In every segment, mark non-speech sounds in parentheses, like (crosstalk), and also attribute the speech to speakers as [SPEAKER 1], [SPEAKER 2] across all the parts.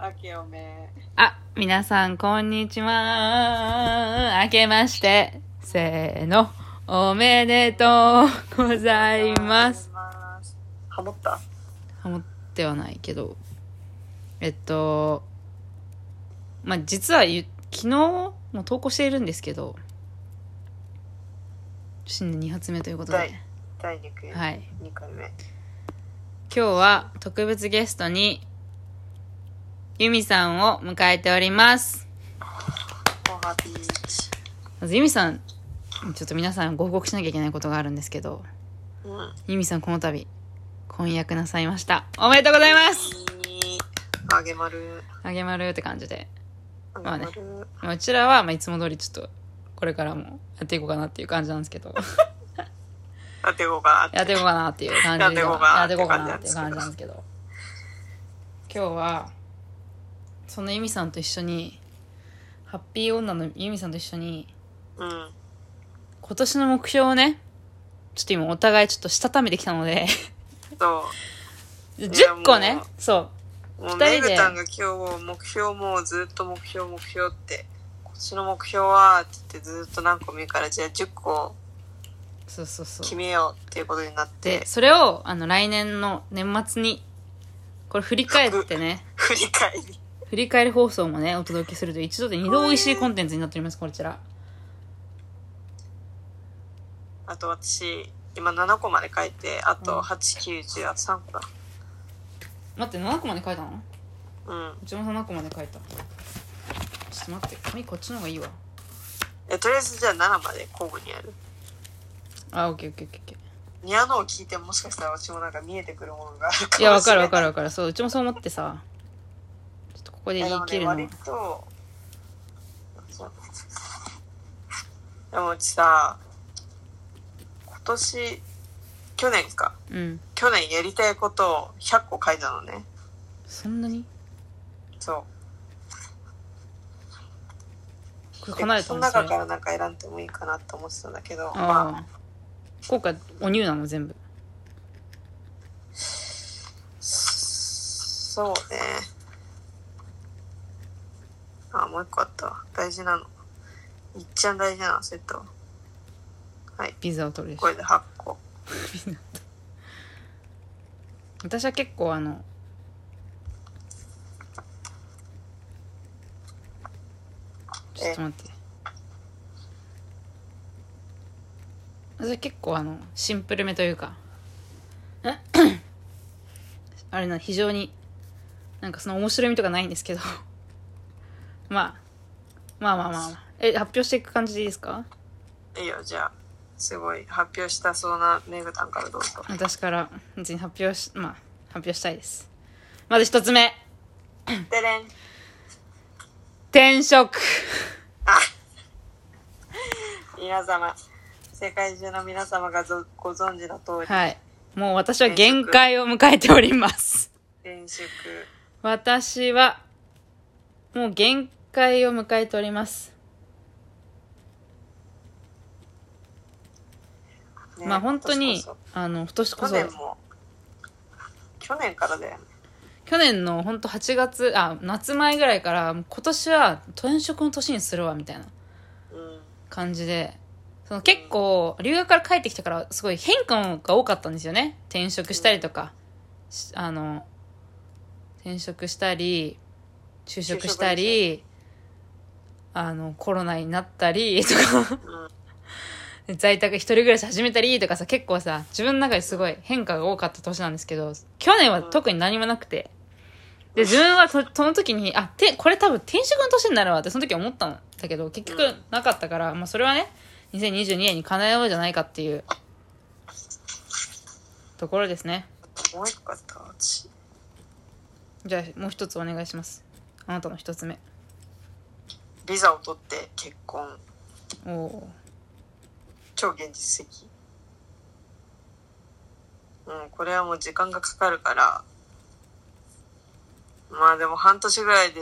[SPEAKER 1] 明けおめ
[SPEAKER 2] あ、皆さん、こんにちは。明けまして、せーの、おめでとうございます。
[SPEAKER 1] ハモった
[SPEAKER 2] ハモってはないけど。えっと、まあ、実はゆ昨日も投稿しているんですけど、新年2発目ということで、
[SPEAKER 1] は
[SPEAKER 2] はいい。
[SPEAKER 1] 第2回,、
[SPEAKER 2] 今
[SPEAKER 1] 2回目
[SPEAKER 2] 日は特別ゲストに、ユミさんを迎えております。
[SPEAKER 1] おはぴー
[SPEAKER 2] まずユミさんちょっと皆さんご報告しなきゃいけないことがあるんですけど
[SPEAKER 1] うん
[SPEAKER 2] ユミさんこの度婚約なさいましたおめでとうございます
[SPEAKER 1] あげまる
[SPEAKER 2] あげまるって感じで
[SPEAKER 1] あげ
[SPEAKER 2] まあね
[SPEAKER 1] まる
[SPEAKER 2] まあうちらはまあいつも通りちょっとこれからもやっていこうかなっていう感じなんですけど (laughs)
[SPEAKER 1] やっていこうか
[SPEAKER 2] やっていこうかなっていう感じ
[SPEAKER 1] やっ
[SPEAKER 2] で
[SPEAKER 1] ていこうかな
[SPEAKER 2] やっていこうかなっていう感じなんですけど今日はそんなユミさんと一緒にハッピー女のユミさんと一緒に
[SPEAKER 1] うん
[SPEAKER 2] 今年の目標をねちょっと今お互いちょっとしたためてきたので
[SPEAKER 1] そやもう
[SPEAKER 2] 10個ねそう
[SPEAKER 1] うもう
[SPEAKER 2] 二
[SPEAKER 1] め
[SPEAKER 2] 人
[SPEAKER 1] ぐ
[SPEAKER 2] で
[SPEAKER 1] たんが今日目標もうずっと目標目標ってこっちの目標はって言ってずっと何個目からじゃあ10個
[SPEAKER 2] そうそうそう
[SPEAKER 1] 決めようっていうことになって
[SPEAKER 2] でそれをあの来年の年末にこれ振り返ってね
[SPEAKER 1] 振り返り
[SPEAKER 2] 振り返り放送もねお届けすると一度で二度美味しいコンテンツになっておりますこちら
[SPEAKER 1] あと私今7個まで書いてあ
[SPEAKER 2] うん
[SPEAKER 1] と890あと3個だ
[SPEAKER 2] 待って7個まで書いたの
[SPEAKER 1] うん
[SPEAKER 2] うちも7個まで書いたちょっと待って紙こっちの方がいいわ
[SPEAKER 1] えとりあえずじゃあ7まで交互にやる
[SPEAKER 2] あオッケーオッケーオッケーオッケ
[SPEAKER 1] ニアのを聞いてもしかしたら私もなんか見えてくるものがあるかもしれな
[SPEAKER 2] ー
[SPEAKER 1] い
[SPEAKER 2] いやわかるわかる
[SPEAKER 1] る
[SPEAKER 2] わかるそううちもそう思ってさちょっとここで
[SPEAKER 1] で
[SPEAKER 2] 言い切る
[SPEAKER 1] も、ね、
[SPEAKER 2] の
[SPEAKER 1] 割とでもうちさ今年去年か
[SPEAKER 2] うん
[SPEAKER 1] 去年やりたいことを100個書いたのね
[SPEAKER 2] そんなに
[SPEAKER 1] そう
[SPEAKER 2] これ
[SPEAKER 1] で
[SPEAKER 2] 叶え
[SPEAKER 1] その
[SPEAKER 2] たのそ
[SPEAKER 1] 中
[SPEAKER 2] れ
[SPEAKER 1] か
[SPEAKER 2] あ
[SPEAKER 1] らなんか選んでもいいかなと思ってたんだけどまあ
[SPEAKER 2] あ今回お乳なの全部
[SPEAKER 1] そうね。あ、もう一個あったわ。大事なの。いっちゃん大事なの、セット。
[SPEAKER 2] ビザを取るでしょ
[SPEAKER 1] これで8個。
[SPEAKER 2] 私は結構あのちょっと待って私は結構あのシンプルめというか (coughs) あれな非常になんかその面白みとかないんですけど (laughs) まあまあまあまあ、まあ、え発表していく感じでいいですか
[SPEAKER 1] いいよ、じゃあ。すごい、発表したそうなメグタンからどうぞ。
[SPEAKER 2] 私から別に発表しまあ発表したいですまず一つ目
[SPEAKER 1] でれん。
[SPEAKER 2] 転職
[SPEAKER 1] 皆様。世界中の皆様がぞご存知の通り、
[SPEAKER 2] はい。もう私は限界を迎えております。
[SPEAKER 1] 転職。
[SPEAKER 2] 私は、もう限界を迎えております。
[SPEAKER 1] ね
[SPEAKER 2] まあ本当
[SPEAKER 1] 今
[SPEAKER 2] に
[SPEAKER 1] 年こ、
[SPEAKER 2] あの、今年こ
[SPEAKER 1] そ
[SPEAKER 2] そ
[SPEAKER 1] 去、年も、去年からだよね。
[SPEAKER 2] 去年の本当8月、あ、夏前ぐらいから、もう今年は転職の年にするわ、みたいな
[SPEAKER 1] うん。
[SPEAKER 2] 感じで、その結構、留学から帰ってきたから、すごい変化が多かったんですよね。転職したりとか、しあの、転職したり、就職したり、あの、コロナになったりとか、
[SPEAKER 1] うん。
[SPEAKER 2] 在宅一人暮らし始めたりとかさ、結構さ、自分の中ですごい変化が多かった年なんですけど、去年は特に何もなくて。で、自分はそその時に、あ、て、これ多分転職の年になるわってその時思ったんだけど、結局なかったから、まあそれはね、2022年に叶えようじゃないかっていう、ところですね。
[SPEAKER 1] もう一個あったわ、私。
[SPEAKER 2] じゃあもう一つお願いします。あなたの一つ目。
[SPEAKER 1] ビザを取って結婚。
[SPEAKER 2] おお
[SPEAKER 1] 超現実的うんこれはもう時間がかかるからまあでも半年ぐらいで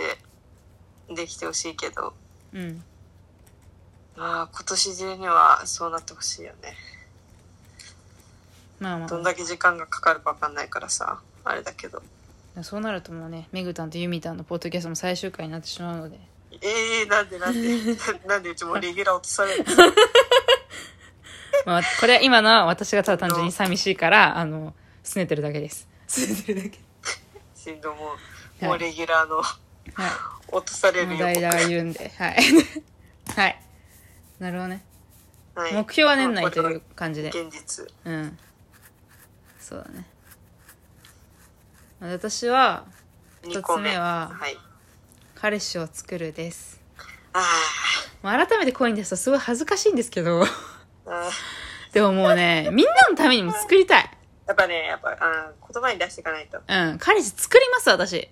[SPEAKER 1] できてほしいけど
[SPEAKER 2] ー。うん。
[SPEAKER 1] まあ今年中にはそうなってほしいよね
[SPEAKER 2] まあまあ
[SPEAKER 1] どん。だけ時間がかかるかわかんないからさあれだけど
[SPEAKER 2] そうなるともうねめぐたんとゆみたんのポッドキャストも最終回になってしまうので
[SPEAKER 1] ええなんでなんで (laughs) なんでうちもレギュラー落とされるの
[SPEAKER 2] まあ、これは今のは私がただ単純に寂しいから、あの、拗ねてるだけです。拗ねてるだけ。
[SPEAKER 1] しんども
[SPEAKER 2] いう
[SPEAKER 1] もうレギュラーの (laughs)
[SPEAKER 2] は
[SPEAKER 1] 落とさ
[SPEAKER 2] い。
[SPEAKER 1] れ
[SPEAKER 2] も
[SPEAKER 1] る
[SPEAKER 2] う
[SPEAKER 1] 予
[SPEAKER 2] 代
[SPEAKER 1] 告
[SPEAKER 2] 打が言うんで、はい。 (laughs) はい。なるほどね。
[SPEAKER 1] はい
[SPEAKER 2] 目標は年内という感じで。
[SPEAKER 1] 現実
[SPEAKER 2] うん。そうだね。まあ私は、
[SPEAKER 1] 二個目
[SPEAKER 2] 一つ目はい彼氏を作るです。
[SPEAKER 1] あ
[SPEAKER 2] まあ、改めてこういうんですと、すごい恥ずかしいんですけど。 (laughs)
[SPEAKER 1] ーあー
[SPEAKER 2] でももうね、みんなのためにも作りたい。
[SPEAKER 1] やっぱねやっぱあー言葉に出していかないと
[SPEAKER 2] うん。彼氏作ります、私。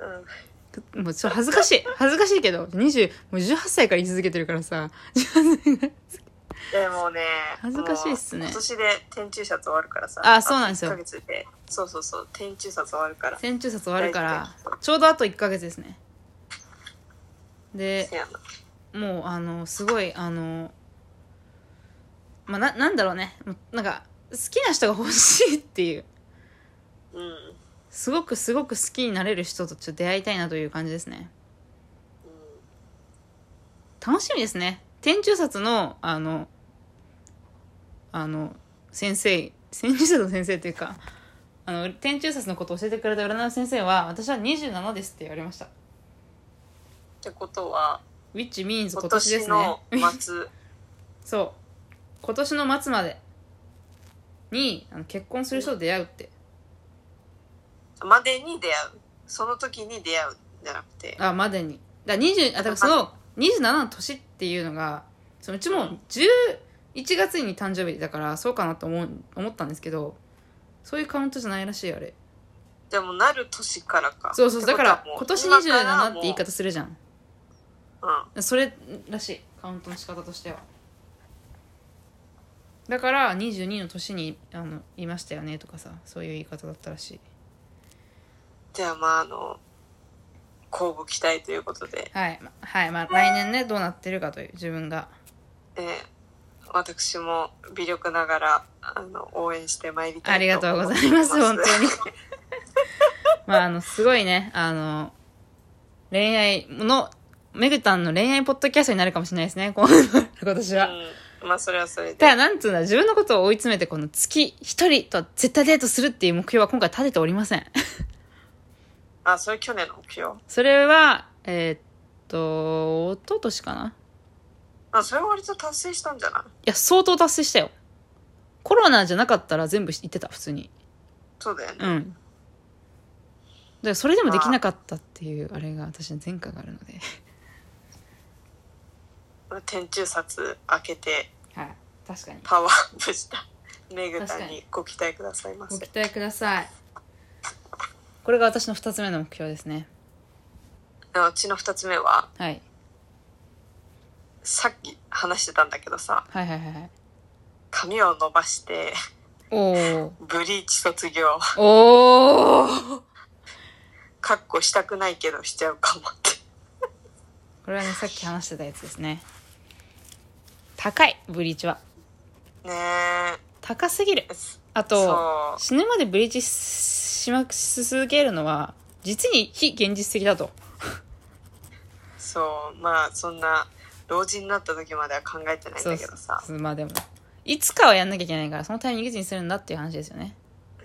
[SPEAKER 1] うん
[SPEAKER 2] もうちょっと恥ずかしい。恥ずかしいけど、20、もう18歳から言い続けてるからさ、
[SPEAKER 1] でもね
[SPEAKER 2] 恥ずかしいっすね
[SPEAKER 1] もう今年で天中札終わるからさ
[SPEAKER 2] あそうなんですよ
[SPEAKER 1] あと一ヶ月でそうそうそう天中札終わるから
[SPEAKER 2] 千中札終わるから
[SPEAKER 1] 大丈夫
[SPEAKER 2] ちょうどあと1ヶ月ですねで
[SPEAKER 1] せやな
[SPEAKER 2] もうあのすごいあのまあななんだろうねもうなんか好きな人が欲しいっていう
[SPEAKER 1] うん
[SPEAKER 2] すごくすごく好きになれる人とちょっと出会いたいなという感じですね楽しみですね天中札のあのあの先生天中札の先生っていうかあの天中札のことを教えてくれた占いの先生は私は27ですって言われました
[SPEAKER 1] ってことは
[SPEAKER 2] which means
[SPEAKER 1] 今
[SPEAKER 2] 今年で
[SPEAKER 1] 年
[SPEAKER 2] すね
[SPEAKER 1] の末 (laughs)
[SPEAKER 2] そう今年の末までにあの結婚する人と出会うって
[SPEAKER 1] までに出会うその時に出会うんじゃなくて
[SPEAKER 2] あまでにだから20あだからその27の年っていうのがそのうちも11月に誕生日だからそうかなと思う思ったんですけどそういうカウントじゃないらしいあれ
[SPEAKER 1] でもなる年からか
[SPEAKER 2] そうそうだから今
[SPEAKER 1] ってこ
[SPEAKER 2] 年
[SPEAKER 1] とはもう今から
[SPEAKER 2] 27って言い方するじゃん
[SPEAKER 1] もう
[SPEAKER 2] それらしいカウントの仕方としてはだから22の年にあのいましたよねとかさそういう言い方だったらしい
[SPEAKER 1] うんではまああの交互期待ということで
[SPEAKER 2] はい、まはい、まあ来年ね、どうなってるかという、自分が。
[SPEAKER 1] えー私も微力ながらあの応援してまいりた
[SPEAKER 2] あり
[SPEAKER 1] い
[SPEAKER 2] が
[SPEAKER 1] と
[SPEAKER 2] とう
[SPEAKER 1] 思
[SPEAKER 2] ご
[SPEAKER 1] って
[SPEAKER 2] ざ
[SPEAKER 1] ます
[SPEAKER 2] います、本当に。まあ、あの、すごいね、あの、恋愛の、めぐたんの恋愛ポッドキャストになるかもしれないですね、今 (laughs) 今年は。
[SPEAKER 1] うん、 (laughs) まあそれはそれで
[SPEAKER 2] ただ、なんつうんだ、自分のことを追い詰めて、この月一人と絶対デートするっていう目標は今回立てておりません。
[SPEAKER 1] あそれ去年の目標
[SPEAKER 2] それは、えーっと、一昨年かな
[SPEAKER 1] あそれは割と達成したんじゃない
[SPEAKER 2] いや、相当達成したよ。コロナじゃなかったら全部言ってた、普通に。
[SPEAKER 1] そうだよね、
[SPEAKER 2] うん。だからそれでもできなかったっていうあれが私の前科があるので。
[SPEAKER 1] 天中札開けて
[SPEAKER 2] はい。確かに。
[SPEAKER 1] パワーアップしためぐ
[SPEAKER 2] 確
[SPEAKER 1] た
[SPEAKER 2] か
[SPEAKER 1] んに
[SPEAKER 2] に
[SPEAKER 1] ご期待くださいま
[SPEAKER 2] ご
[SPEAKER 1] せ
[SPEAKER 2] 期待ください。これが私の二つ目の目標ですね。
[SPEAKER 1] あうちの2つ目は
[SPEAKER 2] はい。
[SPEAKER 1] さっき話してたんだけどさ
[SPEAKER 2] はいはいはいはい。
[SPEAKER 1] 髪を伸ばして
[SPEAKER 2] おー。
[SPEAKER 1] ブリーチ卒業
[SPEAKER 2] おー
[SPEAKER 1] かっこしたくないけどしちゃうかもって
[SPEAKER 2] これはね、さっき話してたやつですね。高い、ブリーチは。
[SPEAKER 1] ねえ
[SPEAKER 2] 高すぎる。あと、
[SPEAKER 1] そ
[SPEAKER 2] 死ぬまでブリーチしまくし続けるのは、実に非現実的だと。
[SPEAKER 1] うそうまあそんな老人になった時までは考えてないん
[SPEAKER 2] そう
[SPEAKER 1] だけどさ
[SPEAKER 2] そうまあでもいつかはやんなきゃいけないからそのタイミングにするんだっていう話ですよね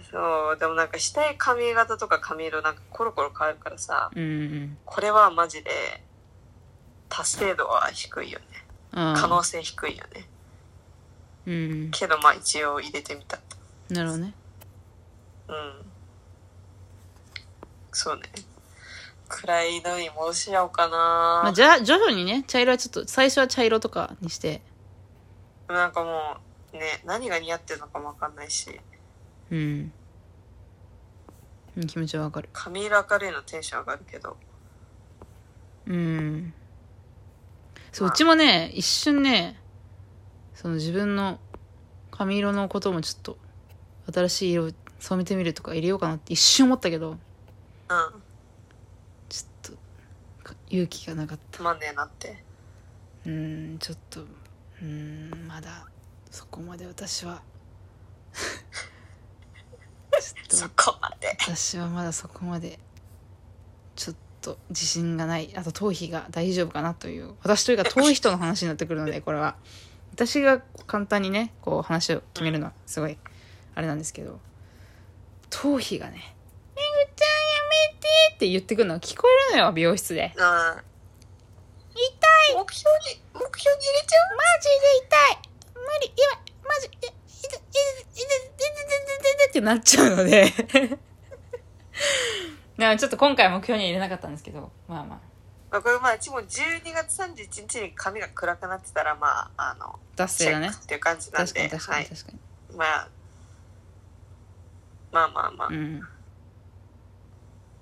[SPEAKER 1] そうでもなんかしたい髪型とか髪色なんかコロコロ変わるからさ
[SPEAKER 2] うんうん
[SPEAKER 1] これはマジで達成度は低いよね可能性低いよね
[SPEAKER 2] うん、うん、
[SPEAKER 1] けどまあ一応入れてみた
[SPEAKER 2] なるほどね
[SPEAKER 1] うんそうね暗いのに戻しようかな、
[SPEAKER 2] まあ、じゃあ徐々にね茶色はちょっと最初は茶色とかにして
[SPEAKER 1] なんかもうね何が似合ってるのかもわかんないし
[SPEAKER 2] うん、うん、気持ちはわかる
[SPEAKER 1] 髪色明るいのテンション上がるけど
[SPEAKER 2] うんそう
[SPEAKER 1] ま
[SPEAKER 2] う
[SPEAKER 1] あ
[SPEAKER 2] ちもね一瞬ねその自分の髪色のこともちょっと新しい色染めてみるとか入れようかなって一瞬思ったけど
[SPEAKER 1] う
[SPEAKER 2] ちょっとか勇気がなかった
[SPEAKER 1] んまんねえなって
[SPEAKER 2] うーんちょっとうーんまだそこまで私はちと
[SPEAKER 1] そこまで。
[SPEAKER 2] 私はまだそこまでちょっと自信がないあと頭皮が大丈夫かなという私というか遠い人の話になってくるのでこれは私が簡単にねこう話を決めるのはすごいあれなんですけど頭皮がね「めぐちゃんやめて」って言ってくるのが聞こえるのよ美容室で
[SPEAKER 1] うん。痛い目標に、目標に入れちゃう
[SPEAKER 2] マジで痛い無理やばいマジえ痛い痛い痛い痛い痛い痛い痛い痛いってなっちゃうのでなちょっと今回目標には入れなかったんですけどまあまあ
[SPEAKER 1] まあこれまあ、うちも12月31日に髪が暗くなってたら、まあ、あの、
[SPEAKER 2] 達成だね
[SPEAKER 1] チェックっていう感じなん
[SPEAKER 2] 確かに
[SPEAKER 1] で、
[SPEAKER 2] 確か
[SPEAKER 1] は
[SPEAKER 2] に
[SPEAKER 1] い。
[SPEAKER 2] 確かに、
[SPEAKER 1] まあ、まあまあまあ、
[SPEAKER 2] うんなるほ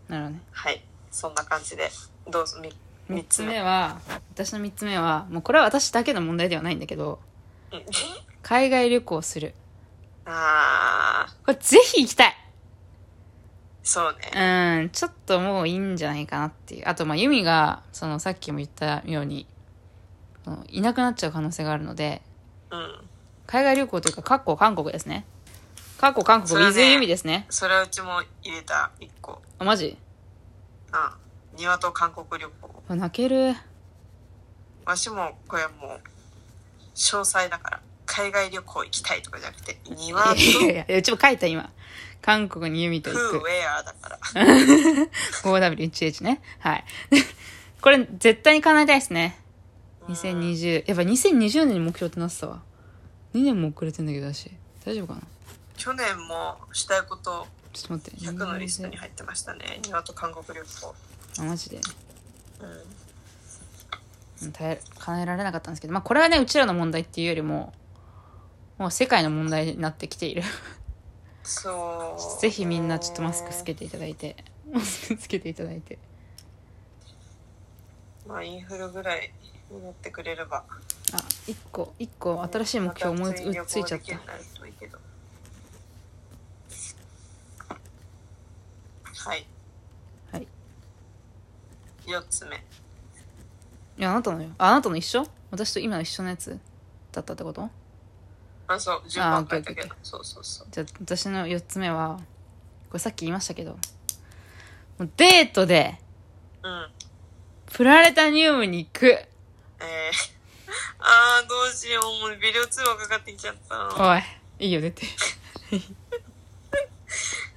[SPEAKER 2] どね
[SPEAKER 1] はい。そんな感じで、どうぞ、み、
[SPEAKER 2] 3
[SPEAKER 1] 三
[SPEAKER 2] つ
[SPEAKER 1] つ
[SPEAKER 2] 目
[SPEAKER 1] 目
[SPEAKER 2] は私の3つ目はもうこれは私だけの問題ではないんだけど
[SPEAKER 1] うん (laughs)
[SPEAKER 2] 海外旅行する
[SPEAKER 1] ああ、
[SPEAKER 2] これぜひ行きたい
[SPEAKER 1] そうね。
[SPEAKER 2] うん、ちょっともういいんじゃないかなっていう。あと、まあ、ユミが、その、さっきも言ったように、そのいなくなっちゃう可能性があるので、
[SPEAKER 1] うん。
[SPEAKER 2] 海外旅行というか、かっこ韓国ですね。かっこ韓
[SPEAKER 1] そ
[SPEAKER 2] 国、
[SPEAKER 1] れはね
[SPEAKER 2] 水ユミですね。
[SPEAKER 1] それはうちも入れた、一個。
[SPEAKER 2] あ、マジ
[SPEAKER 1] うん。庭と韓国旅行。
[SPEAKER 2] あ泣ける。
[SPEAKER 1] わしもこれもう詳細だから海外旅行行きたいとかじゃなくて庭と
[SPEAKER 2] (laughs) いやいや、うちも書いた、今。韓国にユミと行
[SPEAKER 1] フーウ
[SPEAKER 2] く。
[SPEAKER 1] ェアだから
[SPEAKER 2] 5W1H ね。はい。 (laughs) これ、絶対に叶えたいですね。2020。やっぱ2020年に目標ってなってたわ。2年も遅れてんだけど、私。大丈夫かな
[SPEAKER 1] 去年もしたいこと
[SPEAKER 2] ちょっと待って。
[SPEAKER 1] 100のリストに入ってましたね庭と韓国旅行
[SPEAKER 2] あ、マジで。
[SPEAKER 1] うん
[SPEAKER 2] うん耐え叶えられなかったんですけど、まあ、これはねうちらの問題っていうよりももう世界の問題になってきている
[SPEAKER 1] そう
[SPEAKER 2] ぜひみんなちょっとマスクつけていただいてマスクつけていただいて
[SPEAKER 1] まあインフルぐらいになってくれれば
[SPEAKER 2] あ一1個一個新しい目標思いつ
[SPEAKER 1] ま
[SPEAKER 2] ついちゃっ
[SPEAKER 1] 普通に旅行できるよう
[SPEAKER 2] た
[SPEAKER 1] になるといいけどはい
[SPEAKER 2] はい
[SPEAKER 1] 4つ目
[SPEAKER 2] いやあなたのよああなたの一緒私と今の一緒のやつだったってこと
[SPEAKER 1] あそう順番書い
[SPEAKER 2] オッ
[SPEAKER 1] た
[SPEAKER 2] ケ
[SPEAKER 1] け
[SPEAKER 2] ーオッケーオッケ
[SPEAKER 1] どそうそうそう
[SPEAKER 2] じゃあ私の4つ目はこれさっき言いましたけどもうデートで
[SPEAKER 1] うん
[SPEAKER 2] プラネタニウムに行く
[SPEAKER 1] えー、 (laughs) あー、どうしよう。もうビデオ通話かかってきちゃった。
[SPEAKER 2] おいいいよ出て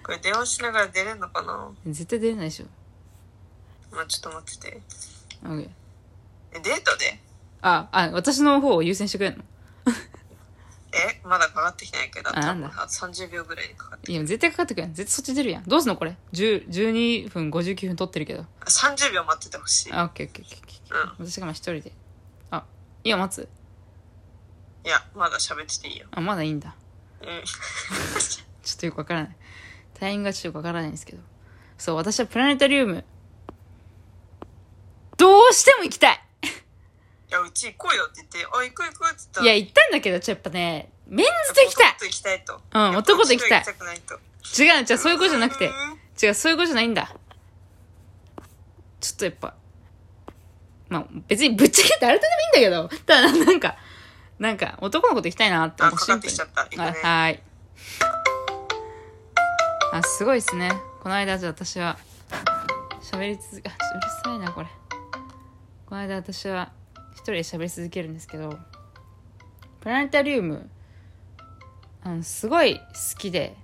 [SPEAKER 1] これ電話しながら出れんのかな
[SPEAKER 2] 絶対出れないでしょ
[SPEAKER 1] まあちょっと待ってて。
[SPEAKER 2] オッケー
[SPEAKER 1] え、デートで
[SPEAKER 2] ああ私の方を優先してくれるの
[SPEAKER 1] え、まだかかってきてないけど、
[SPEAKER 2] あ
[SPEAKER 1] 多
[SPEAKER 2] なん
[SPEAKER 1] 分
[SPEAKER 2] だ
[SPEAKER 1] あ30秒ぐらいにかかって。
[SPEAKER 2] いや、絶対かかってくるやん。絶対そっち出るやん。どうすんのこれ。10 12分59分撮ってるけど。
[SPEAKER 1] 30秒待っててほしい。
[SPEAKER 2] あ、オッケーオッケーオッケーオッケー。私がまあ一人で。あ、いや、待つ。
[SPEAKER 1] いや、まだ喋ってていいよ。
[SPEAKER 2] あ、まだいいんだ。
[SPEAKER 1] うん。
[SPEAKER 2] ちょっとよくわからない。タイミングがちょっとよくわからないんですけど。そう、私はプラネタリウム。どうしても行きたい
[SPEAKER 1] いや、うち行こうよって言って、あ、行く行くって言った
[SPEAKER 2] い
[SPEAKER 1] ら
[SPEAKER 2] や、行ったんだけど、ちょ、やっぱね、メンズと行きたい
[SPEAKER 1] 男と行きたいと。
[SPEAKER 2] うん
[SPEAKER 1] やっぱ
[SPEAKER 2] 男と行きたい
[SPEAKER 1] 一人くないと。
[SPEAKER 2] 違う、違う、そういうことじゃなくて
[SPEAKER 1] う。ん
[SPEAKER 2] 違う、そういうことじゃないんだ。ちょっとやっぱ、まあ別にぶっちゃけ誰とでもいいんだけど、ただなんか、なんか男の子と行きたいなって
[SPEAKER 1] あ、
[SPEAKER 2] 思
[SPEAKER 1] かかってきちゃった。行く
[SPEAKER 2] あ、は
[SPEAKER 1] ね。
[SPEAKER 2] ーい。あ、すごいですね。この間じゃあ私は、喋り続け、あ、うるさいな、これ。この間私は、一人で喋り続けるんですけど、プラネタリウム、あの、すごい好きで、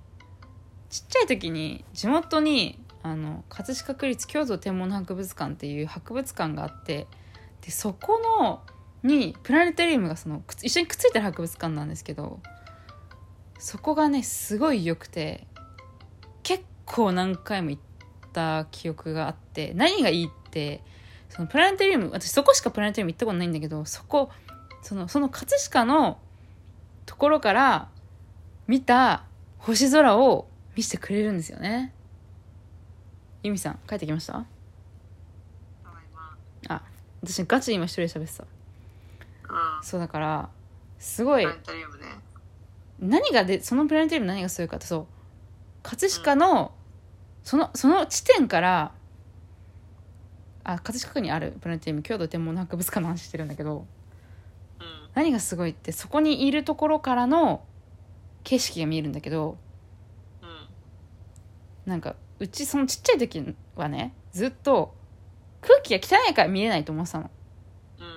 [SPEAKER 2] ちっちゃい時に、地元に、あの、葛飾区立京都天文博物館っていう博物館があって、で、そこの、に、プラネタリウムがその、くっつ一緒にくっついてる博物館なんですけど、そこがねすごい良くて結構何回も行った記憶があって何がいいってそのプラネタリウム私そこしかプラネタリウム行ったことないんだけどそこそのその葛飾のところから見た星空を見せてくれるんですよねゆみさん帰ってきました
[SPEAKER 1] ただいま
[SPEAKER 2] 私ガチで今一人で喋ってた
[SPEAKER 1] うん。
[SPEAKER 2] そうだからすごい
[SPEAKER 1] プラネタリウムね。
[SPEAKER 2] 何がでそのプラネタリウム何がすごいかってそう葛飾の、そのその地点からあ葛飾区にあるプラネタリウム京都天文博物館の話してるんだけ
[SPEAKER 1] う
[SPEAKER 2] ど
[SPEAKER 1] ん。
[SPEAKER 2] 何がすごいってそこにいるところからの景色が見えるんだけど
[SPEAKER 1] うん。
[SPEAKER 2] なんかうちそのちっちゃい時はねずっと空気が汚いから見えないと思ってたの
[SPEAKER 1] うん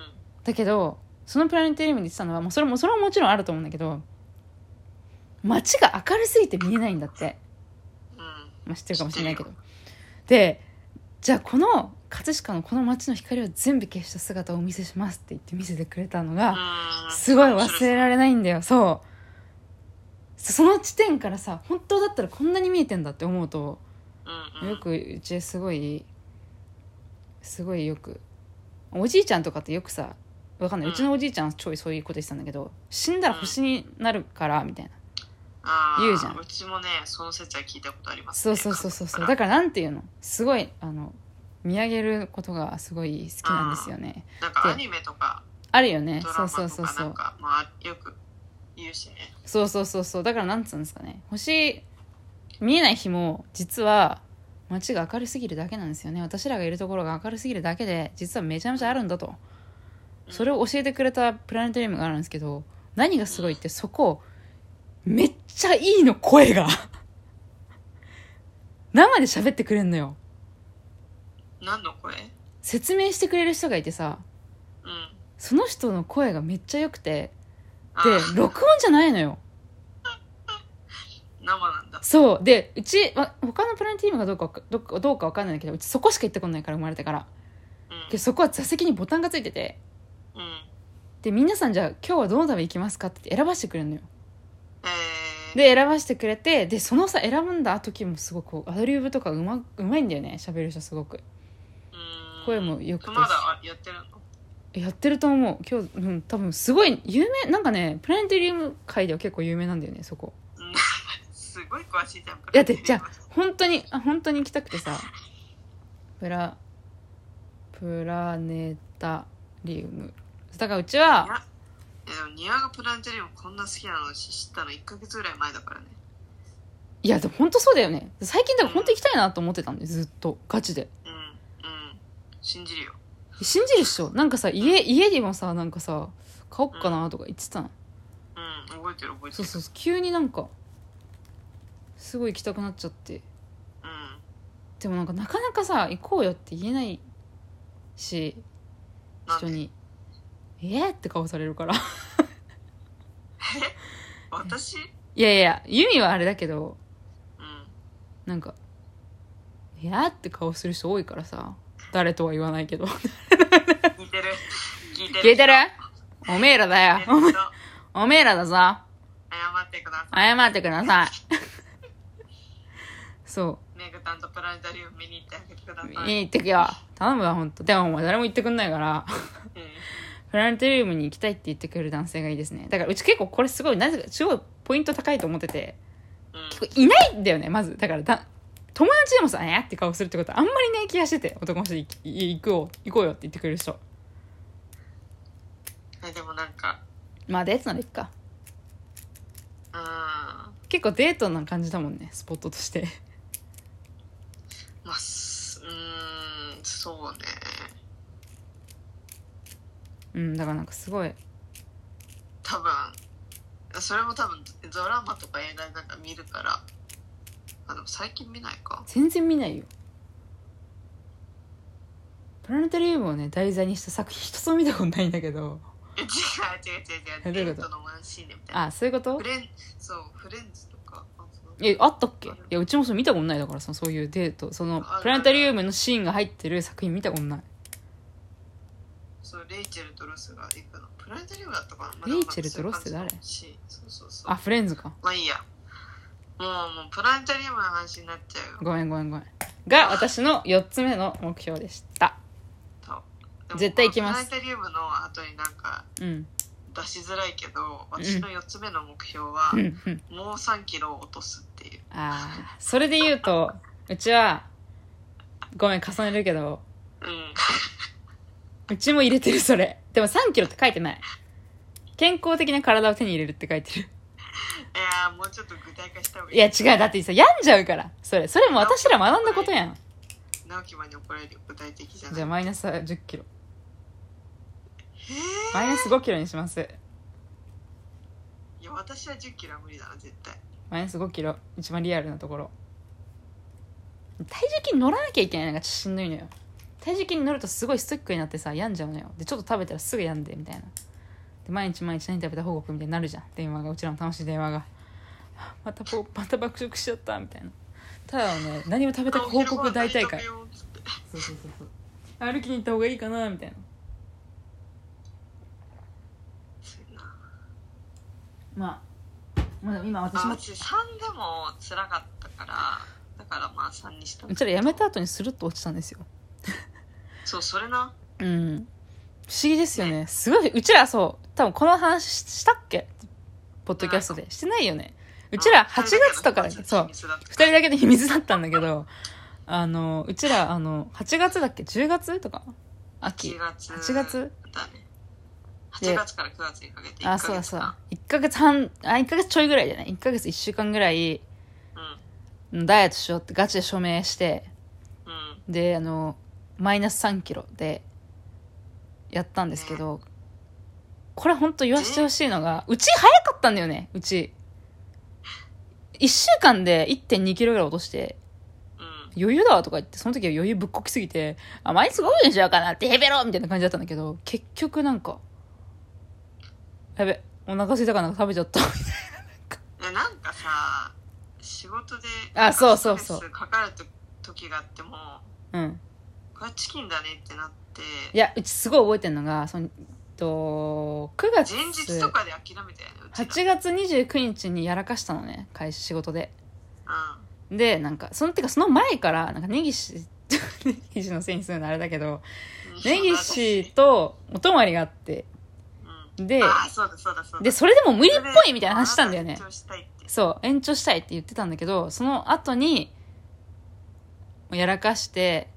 [SPEAKER 2] だけどそのプラネタリウムに言ってたのは、まあ、それもそれももちろんあると思うんだけど街が明るすぎて見えないんだって、
[SPEAKER 1] うん
[SPEAKER 2] まあ、知ってるかもしれないけどでじゃあこの葛飾のこの街の光を全部消した姿をお見せしますって言って見せてくれたのが、
[SPEAKER 1] うん
[SPEAKER 2] すごい忘れられないんだよそうそその地点からさ本当だったらこんなに見えてんだって思うと
[SPEAKER 1] うんうん
[SPEAKER 2] よくうちすごいすごいよくおじいちゃんとかってよくさわかんないう
[SPEAKER 1] うん
[SPEAKER 2] ちのおじいちゃんはちょいそういうこと言ってたんだけど死んだら星になるからみたいな
[SPEAKER 1] あー
[SPEAKER 2] 言うじゃん
[SPEAKER 1] うちもねその説は聞いたことあります、
[SPEAKER 2] そう
[SPEAKER 1] ね、
[SPEAKER 2] そうそうそうそう
[SPEAKER 1] 家
[SPEAKER 2] だからなんていうのすごいあの見上げることがすごい好きなんですよね
[SPEAKER 1] 族からなんかアニメとか
[SPEAKER 2] あるよね
[SPEAKER 1] ドラ
[SPEAKER 2] そ
[SPEAKER 1] マ
[SPEAKER 2] うそう
[SPEAKER 1] と
[SPEAKER 2] そう
[SPEAKER 1] か
[SPEAKER 2] そ
[SPEAKER 1] な
[SPEAKER 2] うん
[SPEAKER 1] かまあよく言うしね
[SPEAKER 2] そうそうそうそうだからなんつうんですかね星見えない日も実は街が明るすぎるだけなんですよね私らがいるところが明るすぎるだけで実はめちゃめちゃあるんだと
[SPEAKER 1] うん
[SPEAKER 2] それを教えてくれたプラネタリウムがあるんですけど何がすごいってそこめっちゃいいの声
[SPEAKER 1] (laughs)
[SPEAKER 2] が生で喋ってくれんのよ
[SPEAKER 1] 何の声
[SPEAKER 2] 説明してくれる人がいてさ
[SPEAKER 1] うん
[SPEAKER 2] その人の声がめっちゃ良くて
[SPEAKER 1] あ
[SPEAKER 2] で
[SPEAKER 1] ー
[SPEAKER 2] 録音じゃないのよ
[SPEAKER 1] 生なんだ
[SPEAKER 2] そうでうちは他のプラネティウムがどうかわかどうかどうか分かんないんだけどうちそこしか行ってこないから生まれてから
[SPEAKER 1] うん
[SPEAKER 2] でそこは座席にボタンがついてて
[SPEAKER 1] うん
[SPEAKER 2] で皆さんじゃあ今日はどのため行きますかって選ばしてくれるのよ
[SPEAKER 1] えー、
[SPEAKER 2] で選ばしてくれてでそのさ選んだ時もすごくこうアドリブとかうまうまいんだよね喋る人すごく
[SPEAKER 1] うん
[SPEAKER 2] 声も良くて
[SPEAKER 1] まだあやってるの
[SPEAKER 2] やってると思う今日、うん、多分すごい有名なんかねプラネテリウム界では結構有名なんだよねそこ
[SPEAKER 1] うん (laughs) すごい詳しいじゃん
[SPEAKER 2] だってじゃあ本当にあ本当に行きたくてさプラプラネタリウムだからうちは
[SPEAKER 1] えでもニアがプラネタリウムこんな好きなの知ったの1ヶ月ぐらい前だからね
[SPEAKER 2] いやでも本当そうだよね最近だから本当行きたいなと思ってたんでずっとガチで
[SPEAKER 1] うんうん信じるよ
[SPEAKER 2] 信じるっしょなんかさ家家にもさなんかさ買おっかなとか言ってたの
[SPEAKER 1] うん覚えてる覚えて
[SPEAKER 2] そう
[SPEAKER 1] る
[SPEAKER 2] そうそう急になんかすごい行きたくなっちゃって
[SPEAKER 1] うん
[SPEAKER 2] でもなんかなかなかさ行こうよって言えないし
[SPEAKER 1] なん
[SPEAKER 2] 人
[SPEAKER 1] で
[SPEAKER 2] に「えっ?」って顔されるから
[SPEAKER 1] 私
[SPEAKER 2] いやいや、ユミはあれだけど、
[SPEAKER 1] うん
[SPEAKER 2] なんか、いやーって顔する人多いからさ、誰とは言わないけ (laughs) ど。
[SPEAKER 1] 聞いてる聞いてる
[SPEAKER 2] 聞いてるおめえらだよ
[SPEAKER 1] えっ。と謝
[SPEAKER 2] おめえらだぞ。
[SPEAKER 1] ってくださ
[SPEAKER 2] 謝ってください。そ
[SPEAKER 1] いメグタンとプラネタリウム見に行ってあげてくださ
[SPEAKER 2] う。
[SPEAKER 1] い
[SPEAKER 2] 見に行ってくよ。頼むわ、ほんと。でもお前誰も言ってくんないから、
[SPEAKER 1] うん
[SPEAKER 2] プラネタリウムに行きたいって言ってくれる男性がいいですね。だからうち結構これすごい、なぜか、すごいポイント高いと思ってて、
[SPEAKER 1] うん
[SPEAKER 2] 結構いないんだよね、まず。だからだ、友達でもさ、えーって顔するってことはあんまりない気がしてて、男の人に行くよ、行こうよって言ってくれる人。
[SPEAKER 1] えでもなんか
[SPEAKER 2] まあデートならいっか
[SPEAKER 1] うん
[SPEAKER 2] 結構デートな感じだもんねスポットとして
[SPEAKER 1] まあすうーんそうね
[SPEAKER 2] うんだからなんかすごい
[SPEAKER 1] 多分それも多分ドラマとか映画なんか見るからあでも最近見ないか
[SPEAKER 2] 全然見ないよプラネタリウムをね題材にした作品一つも見たことないんだけど
[SPEAKER 1] え違う違う違う違う
[SPEAKER 2] えどうい
[SPEAKER 1] デ
[SPEAKER 2] うこと
[SPEAKER 1] ートのワンシーンでみたいな
[SPEAKER 2] あそういうこと
[SPEAKER 1] フレンそうフレンズとかあそう
[SPEAKER 2] えあったっけいやうちもそれ見たことないだからさそういうデートそのプラネタリウムのシーンが入ってる作品見たことない
[SPEAKER 1] そうレイチェルとロスが行くのプラネタリウムだったかな、まあ
[SPEAKER 2] レイチェルとロスって
[SPEAKER 1] でもまあそういう感
[SPEAKER 2] 誰
[SPEAKER 1] じだしそうそうそう
[SPEAKER 2] あフレンズか
[SPEAKER 1] まあいいやもうもうプラネタリウムの話になっちゃうよ
[SPEAKER 2] ごめんごめんごめんが私の4つ目の目標でした
[SPEAKER 1] とでも
[SPEAKER 2] 絶対行きます
[SPEAKER 1] プラネタリウムの後になんか
[SPEAKER 2] うん
[SPEAKER 1] 出しづらいけど
[SPEAKER 2] ん
[SPEAKER 1] 私の4つ目の目標は、
[SPEAKER 2] うんうん
[SPEAKER 1] もう3キロ落とすっていう
[SPEAKER 2] ああそれで言うとうちはごめん重ねるけど (laughs)
[SPEAKER 1] うん
[SPEAKER 2] うちも入れてるそれでも3キロって書いてない健康的な体を手に入れるって書いてる
[SPEAKER 1] いやーもうちょっと具体化した方がい
[SPEAKER 2] い
[SPEAKER 1] い
[SPEAKER 2] や違うだってさ病んじゃうからそれそれも私ら学んだことやん
[SPEAKER 1] 直樹マに怒られるよ具体的じゃない
[SPEAKER 2] じゃあマイナス1 0キロ
[SPEAKER 1] え
[SPEAKER 2] マイナス5キロにします
[SPEAKER 1] ーいや私は1 0キロは無理だな絶対
[SPEAKER 2] マイナス5キロ一番リアルなところ体重計に乗らなきゃいけないのがしんどいのよ体重計に乗るとすごいストイックになってさ病んじゃうのよでちょっと食べたらすぐ病んでみたいなで毎日毎日何食べた報告みたいになるじゃん電話がうちらも楽しい電話が (laughs) またぼまた爆食しちゃったみたいなただね何も食べた報告大大会そうそうそうそう歩きに行った方がいいかなみたいなまあまだ今私
[SPEAKER 1] あ
[SPEAKER 2] も
[SPEAKER 1] うち3でも辛かったからだからまあ3にした
[SPEAKER 2] うちらやめた後にスルッと落ちたんですよ
[SPEAKER 1] そうそれな
[SPEAKER 2] うん不思議ですよねすごいうちらそう多分この話ししたっけポッドキャストでしてないよねうちら8月とかだっけそう2人だけで秘密だったんだけどあのうちらあの8月だっけ10月とか秋
[SPEAKER 1] 8月
[SPEAKER 2] 8月
[SPEAKER 1] だね
[SPEAKER 2] で
[SPEAKER 1] 8月から9月にかけて
[SPEAKER 2] あ
[SPEAKER 1] 1ヶ月
[SPEAKER 2] そうだ
[SPEAKER 1] 間
[SPEAKER 2] そうだ1ヶ月半あ1ヶ月ちょいぐらいじゃない1ヶ月1週間ぐらいダイエットしようってガチで署名して
[SPEAKER 1] うんうん
[SPEAKER 2] であのマイナス3キロでやったんですけどこれ本当言わせてほしいのがうち早かったんだよねうち1週間で1 2キロぐらい落として
[SPEAKER 1] うん
[SPEAKER 2] 余裕だわとか言ってその時は余裕ぶっこきすぎてあ毎日ゴールにしようかなってヘベロみたいな感じだったんだけど結局なんかやべお腹空いたからなんか食べちゃった
[SPEAKER 1] でなんかさ仕事で
[SPEAKER 2] あそうそうそう
[SPEAKER 1] ストレスかかると時があっても
[SPEAKER 2] うん
[SPEAKER 1] これはチキンだねってなって
[SPEAKER 2] いやうちすごい覚えてるのがそのえっと9月
[SPEAKER 1] 前日とかで諦めたよねうち
[SPEAKER 2] 8月29日にやらかしたのね会社仕事で
[SPEAKER 1] ら
[SPEAKER 2] でなんかそのてかその前からなんか根岸 (laughs) 根岸のせいにするのあれだけど
[SPEAKER 1] うん
[SPEAKER 2] 根岸とお泊まりがあって
[SPEAKER 1] うん
[SPEAKER 2] で
[SPEAKER 1] あそうだそうだそうだ
[SPEAKER 2] でそれでも無理っぽいみたいな話したんだよね
[SPEAKER 1] それであなたと主張したいって
[SPEAKER 2] そう延長したいって言ってたんだけどその後にもうやらかして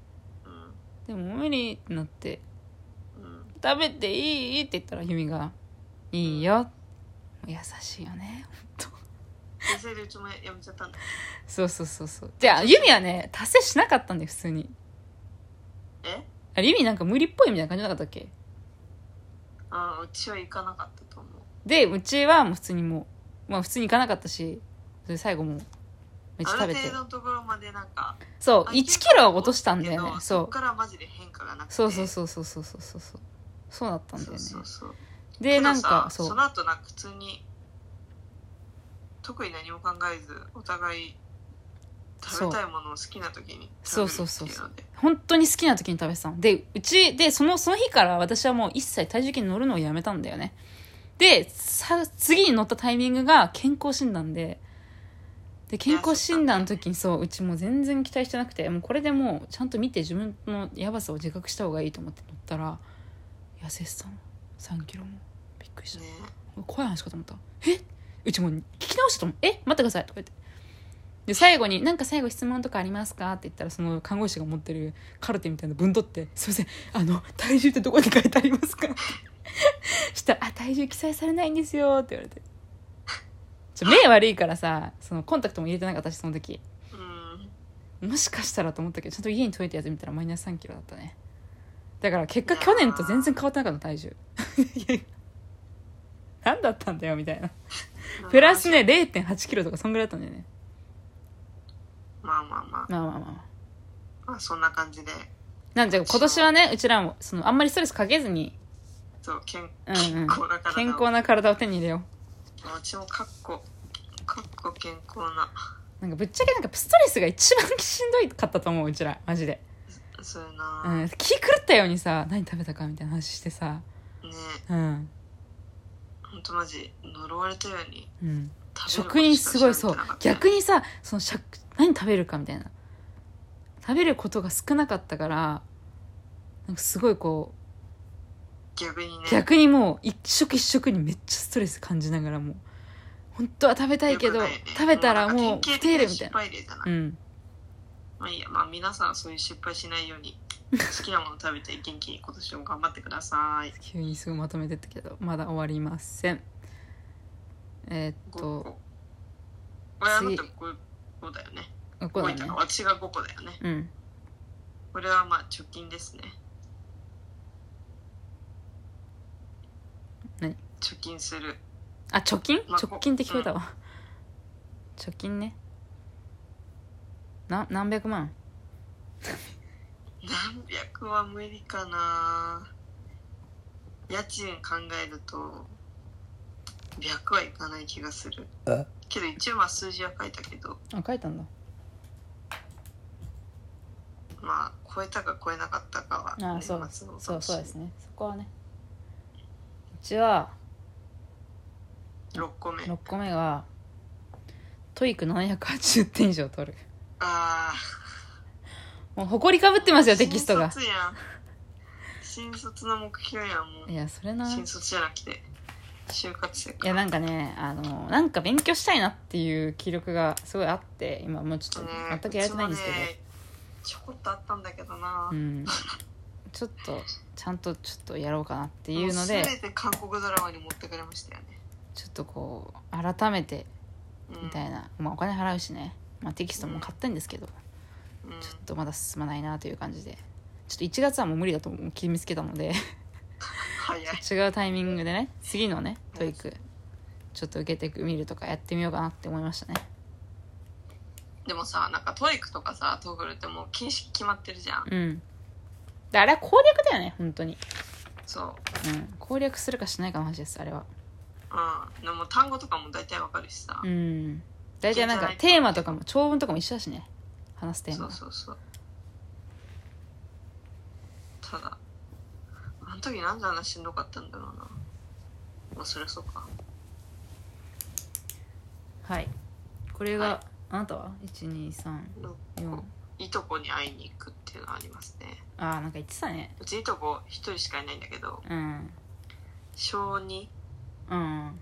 [SPEAKER 1] うん
[SPEAKER 2] でも無理ってなって
[SPEAKER 1] うん
[SPEAKER 2] 食べていいって言ったらユミが「いいよ」優しいよね
[SPEAKER 1] でそれでうちもやめちゃったんだ
[SPEAKER 2] そうそうそうそうじゃあユミはね達成しなかったんで普通に
[SPEAKER 1] え
[SPEAKER 2] あれユミなんか無理っぽいみたいな感じじゃなかったっけ
[SPEAKER 1] あうちは行かなかったと思う
[SPEAKER 2] でうちはもう普通にもうまあ普通に行かなかったしそれで最後もうめっちゃ
[SPEAKER 1] あ
[SPEAKER 2] 食べ
[SPEAKER 1] る
[SPEAKER 2] て
[SPEAKER 1] 程度のところまでなんか
[SPEAKER 2] そう
[SPEAKER 1] あ
[SPEAKER 2] 1キロ落としたんだよ
[SPEAKER 1] け
[SPEAKER 2] ね
[SPEAKER 1] どそ
[SPEAKER 2] そ
[SPEAKER 1] っ
[SPEAKER 2] う
[SPEAKER 1] からマジで変化がなくて
[SPEAKER 2] そうそうそうそうそうそうそうそうだったんだよね
[SPEAKER 1] そうそうそう
[SPEAKER 2] で
[SPEAKER 1] ただ
[SPEAKER 2] な
[SPEAKER 1] さ
[SPEAKER 2] んか
[SPEAKER 1] そ
[SPEAKER 2] そう
[SPEAKER 1] の後なんか普通に特に何も考えずお互い食べたいものを好きな時に食べるっていので
[SPEAKER 2] そうそうそうそう本当に好きな時に食べてたのでうちでそのその日から私はもう一切体重計に乗るのをやめたんだよねでさ次に乗ったタイミングが健康診断でで健康診断の時にそううちもう全然期待してなくてもうこれでもうちゃんと見て自分のやばさを自覚した方がいいと思って乗ったら痩せてたの3キロもびっくりした
[SPEAKER 1] ね
[SPEAKER 2] 怖い話かと思ったえうちもう聞き直したと思うえ待ってくださいとか言ってで最後に「なんか最後質問とかありますか?」って言ったらその看護師が持ってるカルテみたいな分取って「すいませんあの体重ってどこに書いてありますか?」 (laughs) したら「あ体重記載されないんですよ」って言われてちょ目悪いからさそのコンタクトも入れてなかったしその時
[SPEAKER 1] うん
[SPEAKER 2] もしかしたらと思ったけどちゃんと家に届いたやつ見たらマイナス3キロだったねだから結果去年と全然変わってなかった体重 (laughs) いや何だったんだよみたいなプラスね0 8キロとかそんぐらいだったんだよね
[SPEAKER 1] まあまあまあ、
[SPEAKER 2] まあまあまあまあ
[SPEAKER 1] まあ、そんな感じで
[SPEAKER 2] なんで今年はねうちらもそのあんまりストレスかけずに、
[SPEAKER 1] そう健
[SPEAKER 2] うんうん、
[SPEAKER 1] 康な体を
[SPEAKER 2] 健康な体を手に入れよ
[SPEAKER 1] うちもかっこかっこ健康な
[SPEAKER 2] うなんかぶっちゃけなんかストレスが一番しんどいかったと思ううちらマジで、
[SPEAKER 1] そうや
[SPEAKER 2] う
[SPEAKER 1] な、
[SPEAKER 2] ん、気狂ったようにさ何食べたかみたいな話してさ
[SPEAKER 1] ね
[SPEAKER 2] うん
[SPEAKER 1] ほんとマジ呪われたように
[SPEAKER 2] うん
[SPEAKER 1] 食べること
[SPEAKER 2] 職員
[SPEAKER 1] しか
[SPEAKER 2] すごいそう
[SPEAKER 1] 喋ってなかった
[SPEAKER 2] 逆にさそのしゃ何食べるかみたいな食べることが少なかったからなんかすごいこ
[SPEAKER 1] 逆にね
[SPEAKER 2] う逆にもう一食一食にめっちゃストレス感じながらもう本当は食べたいけど、
[SPEAKER 1] よくないね
[SPEAKER 2] 食べたらもう
[SPEAKER 1] 典
[SPEAKER 2] 不
[SPEAKER 1] 型的
[SPEAKER 2] 定るみたい
[SPEAKER 1] 失
[SPEAKER 2] な
[SPEAKER 1] 敗例だな、
[SPEAKER 2] うん
[SPEAKER 1] まあいいやまあ皆さんはそういう失敗しないように好きなもの食べて元気に今年も頑張ってください
[SPEAKER 2] 急にすぐまとめてったけどまだ終わりませんえーっ
[SPEAKER 1] 5
[SPEAKER 2] と
[SPEAKER 1] 個これあな
[SPEAKER 2] 次
[SPEAKER 1] た5個だよね
[SPEAKER 2] 5
[SPEAKER 1] 5
[SPEAKER 2] 個
[SPEAKER 1] 個
[SPEAKER 2] だ
[SPEAKER 1] いた
[SPEAKER 2] ね
[SPEAKER 1] か私が5個だよね
[SPEAKER 2] うん
[SPEAKER 1] これはまあ貯金ですね
[SPEAKER 2] 何
[SPEAKER 1] 貯金する
[SPEAKER 2] あ貯金
[SPEAKER 1] まあ
[SPEAKER 2] 直近って聞こえたわ、貯金ねな何百万
[SPEAKER 1] 何百は無理かな家賃考えると100はいかない気がする
[SPEAKER 3] え
[SPEAKER 1] けど一応まあ数字は書いたけど
[SPEAKER 2] あ書いたんだ
[SPEAKER 1] まあ超えたか超えなかったかは
[SPEAKER 2] ああ
[SPEAKER 1] 年
[SPEAKER 2] そ
[SPEAKER 1] 末
[SPEAKER 2] う
[SPEAKER 1] の
[SPEAKER 2] そうそうです
[SPEAKER 1] ね
[SPEAKER 2] ねそこはねうちは
[SPEAKER 1] 6個目
[SPEAKER 2] 6個目がトイック780点以上取る
[SPEAKER 1] ああ
[SPEAKER 2] もう誇りかぶってますよテキストが
[SPEAKER 1] 新卒やん新卒の目標やんもう
[SPEAKER 2] いやそれな
[SPEAKER 1] 新
[SPEAKER 2] い
[SPEAKER 1] 卒じゃなくて就活生か
[SPEAKER 2] やなんかねあのなんか勉強したいなっていう気力がすごいあって今もうちょっと
[SPEAKER 1] ね
[SPEAKER 2] 全くやれてないんですけど、
[SPEAKER 1] うちもねちょこっとあったんだけどな、
[SPEAKER 2] う
[SPEAKER 1] っ
[SPEAKER 2] んちょっとちゃんとちょっとやろうかなって
[SPEAKER 1] て
[SPEAKER 2] いうので
[SPEAKER 1] 全て韓国ドラマに持ってかれましたよね、
[SPEAKER 2] ちょっとこう改めて
[SPEAKER 1] うん、
[SPEAKER 2] みたいな、まあ、お金払うしね、まあ、テキストも買ったんですけど、
[SPEAKER 1] うん、
[SPEAKER 2] ちょっとまだ進まないなという感じでちょっと1月はもう無理だと思う決めつけたので
[SPEAKER 1] 早い
[SPEAKER 2] (laughs) 違うタイミングでね次のねトイックちょっと受けてく見るとかやってみようかなって思いましたね
[SPEAKER 1] でもさなんかトイックとかさトグルってもう禁止決まってるじゃん
[SPEAKER 2] うんであれは攻略だよね本当に
[SPEAKER 1] そう
[SPEAKER 2] うん攻略するかしないかの話ですあれは
[SPEAKER 1] うんでも単語とかも大体わかるしさ、
[SPEAKER 2] うん大体なんかテーマとかも長文とかも一緒だしね話すテー
[SPEAKER 1] そ
[SPEAKER 2] マ
[SPEAKER 1] うそうそうただあの時なんであんなしんどかったんだろうなまあそりゃそうか
[SPEAKER 2] はいこれが、
[SPEAKER 1] はい
[SPEAKER 2] あなたは1234
[SPEAKER 1] 六個いとこに会いに行くっていうのはありますね
[SPEAKER 2] ああなんか言ってたね
[SPEAKER 1] うちいとこ一人しかいないんだけど
[SPEAKER 2] うん
[SPEAKER 1] 小2
[SPEAKER 2] うん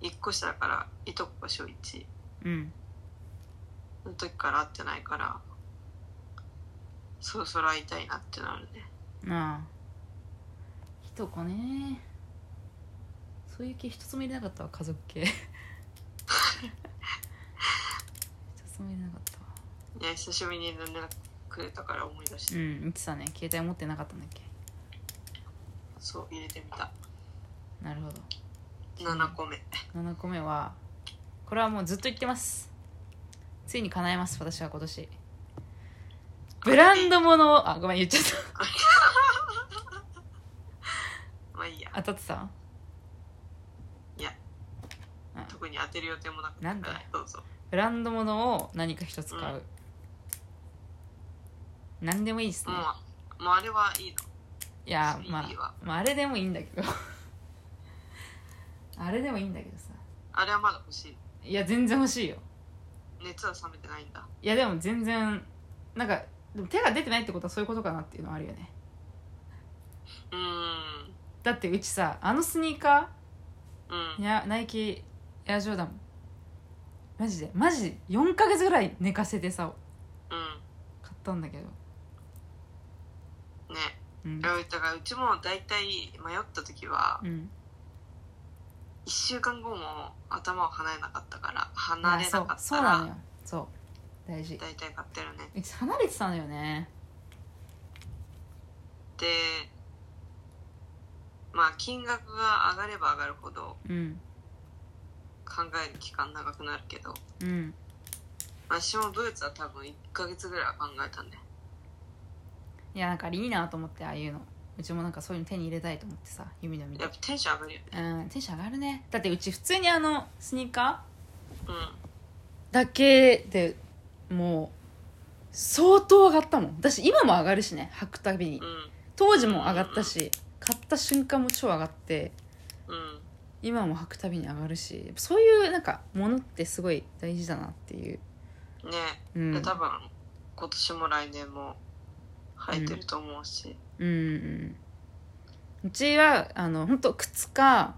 [SPEAKER 1] 一個下だからいとこが小1
[SPEAKER 2] うん
[SPEAKER 1] の時から会ってないからそろそろ会いたいなってなるね
[SPEAKER 2] なあいとこねそういう系一つも入れなかったわ家族
[SPEAKER 1] (laughs)
[SPEAKER 2] 系一つも入れなかったわ
[SPEAKER 1] いや久しぶりに連絡くれたから思い出して、
[SPEAKER 2] うん言ってたね携帯持ってなかったんだっけ
[SPEAKER 1] そう入れてみた
[SPEAKER 2] なるほど
[SPEAKER 1] 7個目
[SPEAKER 2] 7個目はこれはもうずっと言ってますついに叶えます私は今年ブランド物をあごめん言っちゃっ
[SPEAKER 1] まあいいや
[SPEAKER 2] た (laughs) 当たってた
[SPEAKER 1] 特に当てる予定もなく
[SPEAKER 2] なんだよ
[SPEAKER 1] どうぞ
[SPEAKER 2] ブランド物を何か一つ買う、何でもいいです
[SPEAKER 1] も
[SPEAKER 2] ね、
[SPEAKER 1] うもうあれはいいの
[SPEAKER 2] いや
[SPEAKER 1] いい
[SPEAKER 2] ま
[SPEAKER 1] わ
[SPEAKER 2] あ、まああれでもいいんだけど (laughs) あれでもいいんだけどさ
[SPEAKER 1] あれはまだ欲しい
[SPEAKER 2] いや全然欲しいよ
[SPEAKER 1] 熱は冷めてないんだ
[SPEAKER 2] いやでも全然なんかでも手が出てないってことはそういうことかなっていうのはあるよね
[SPEAKER 1] うーん
[SPEAKER 2] だってうちさあのスニーカ
[SPEAKER 1] うん
[SPEAKER 2] ーいやナイキエアジョーダンマジでマジ4ヶ月ぐらい寝かせてさ
[SPEAKER 1] う
[SPEAKER 2] 買ったんだけど、
[SPEAKER 1] んね
[SPEAKER 2] うん
[SPEAKER 1] だからうちも大体迷った時は
[SPEAKER 2] うん、
[SPEAKER 1] 1週間後も頭を離れなかったから離
[SPEAKER 2] あ
[SPEAKER 1] れ
[SPEAKER 2] そ
[SPEAKER 1] な
[SPEAKER 2] う
[SPEAKER 1] かっ
[SPEAKER 2] そ
[SPEAKER 1] た
[SPEAKER 2] うなの
[SPEAKER 1] ら
[SPEAKER 2] よそう大事
[SPEAKER 1] 大体買ってるね
[SPEAKER 2] うち離れてたのよね
[SPEAKER 1] でまあ金額が上がれば上がるほど
[SPEAKER 2] うん
[SPEAKER 1] 考える期間長くなるけど
[SPEAKER 2] うん
[SPEAKER 1] 私もブーツは多分1ヶ月ぐらいは考えたね
[SPEAKER 2] いやなんかあれいいなと思ってああいうのうちもなんかそういうの手に入れたいと思ってさ弓の見て
[SPEAKER 1] やっぱテンション上がるよね
[SPEAKER 2] うんテンション上がるねだってうち普通にあのスニーカ
[SPEAKER 1] うん
[SPEAKER 2] ーだけでもう相当上がったもん私今も上がるしね履くたびに
[SPEAKER 1] うん
[SPEAKER 2] 当時も上がったし買った瞬間も超上がって
[SPEAKER 1] うん
[SPEAKER 2] 今も履くたびに上がるしそういうなんかものってすごい大事だなっていう
[SPEAKER 1] ね
[SPEAKER 2] う
[SPEAKER 1] で
[SPEAKER 2] ん
[SPEAKER 1] 多分今年も来年も生えてると思うし、
[SPEAKER 2] うんうんうちはあの本当靴か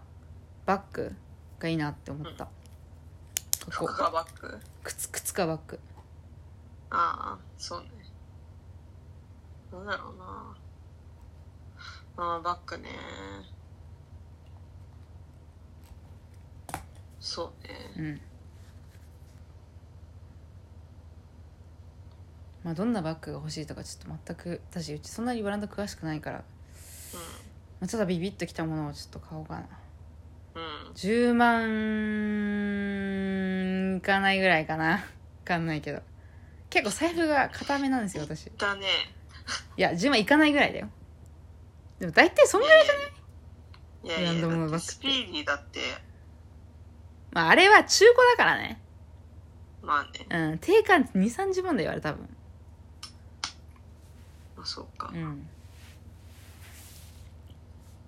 [SPEAKER 2] バッグがいいなって思った、こ
[SPEAKER 1] 服
[SPEAKER 2] こ
[SPEAKER 1] がバッグ
[SPEAKER 2] 靴靴かバッグ
[SPEAKER 1] ああそうねなんだろうなああバッグねそうね
[SPEAKER 2] うんまあどんなバッグが欲しいとかちょっと全く私うちそんなにブランド詳しくないから、まあ、ちょっとビビッときたものをちょっと買おうかな
[SPEAKER 1] うんうん
[SPEAKER 2] 10万いかないぐらいかなわかんないけど結構財布が固めなんですよ私い
[SPEAKER 1] だね
[SPEAKER 2] や10万いかないぐらいだよでも大体そんぐらい
[SPEAKER 1] いやいや
[SPEAKER 2] ブランドもの
[SPEAKER 1] だ
[SPEAKER 2] バ
[SPEAKER 1] っ
[SPEAKER 2] ッ
[SPEAKER 1] て
[SPEAKER 2] グ
[SPEAKER 1] スピーディーだって
[SPEAKER 2] まあ、あれは中古だからね。
[SPEAKER 1] まあね
[SPEAKER 2] うん。定価2、30万だよ、あれ多分。
[SPEAKER 1] まあそうか
[SPEAKER 2] うん。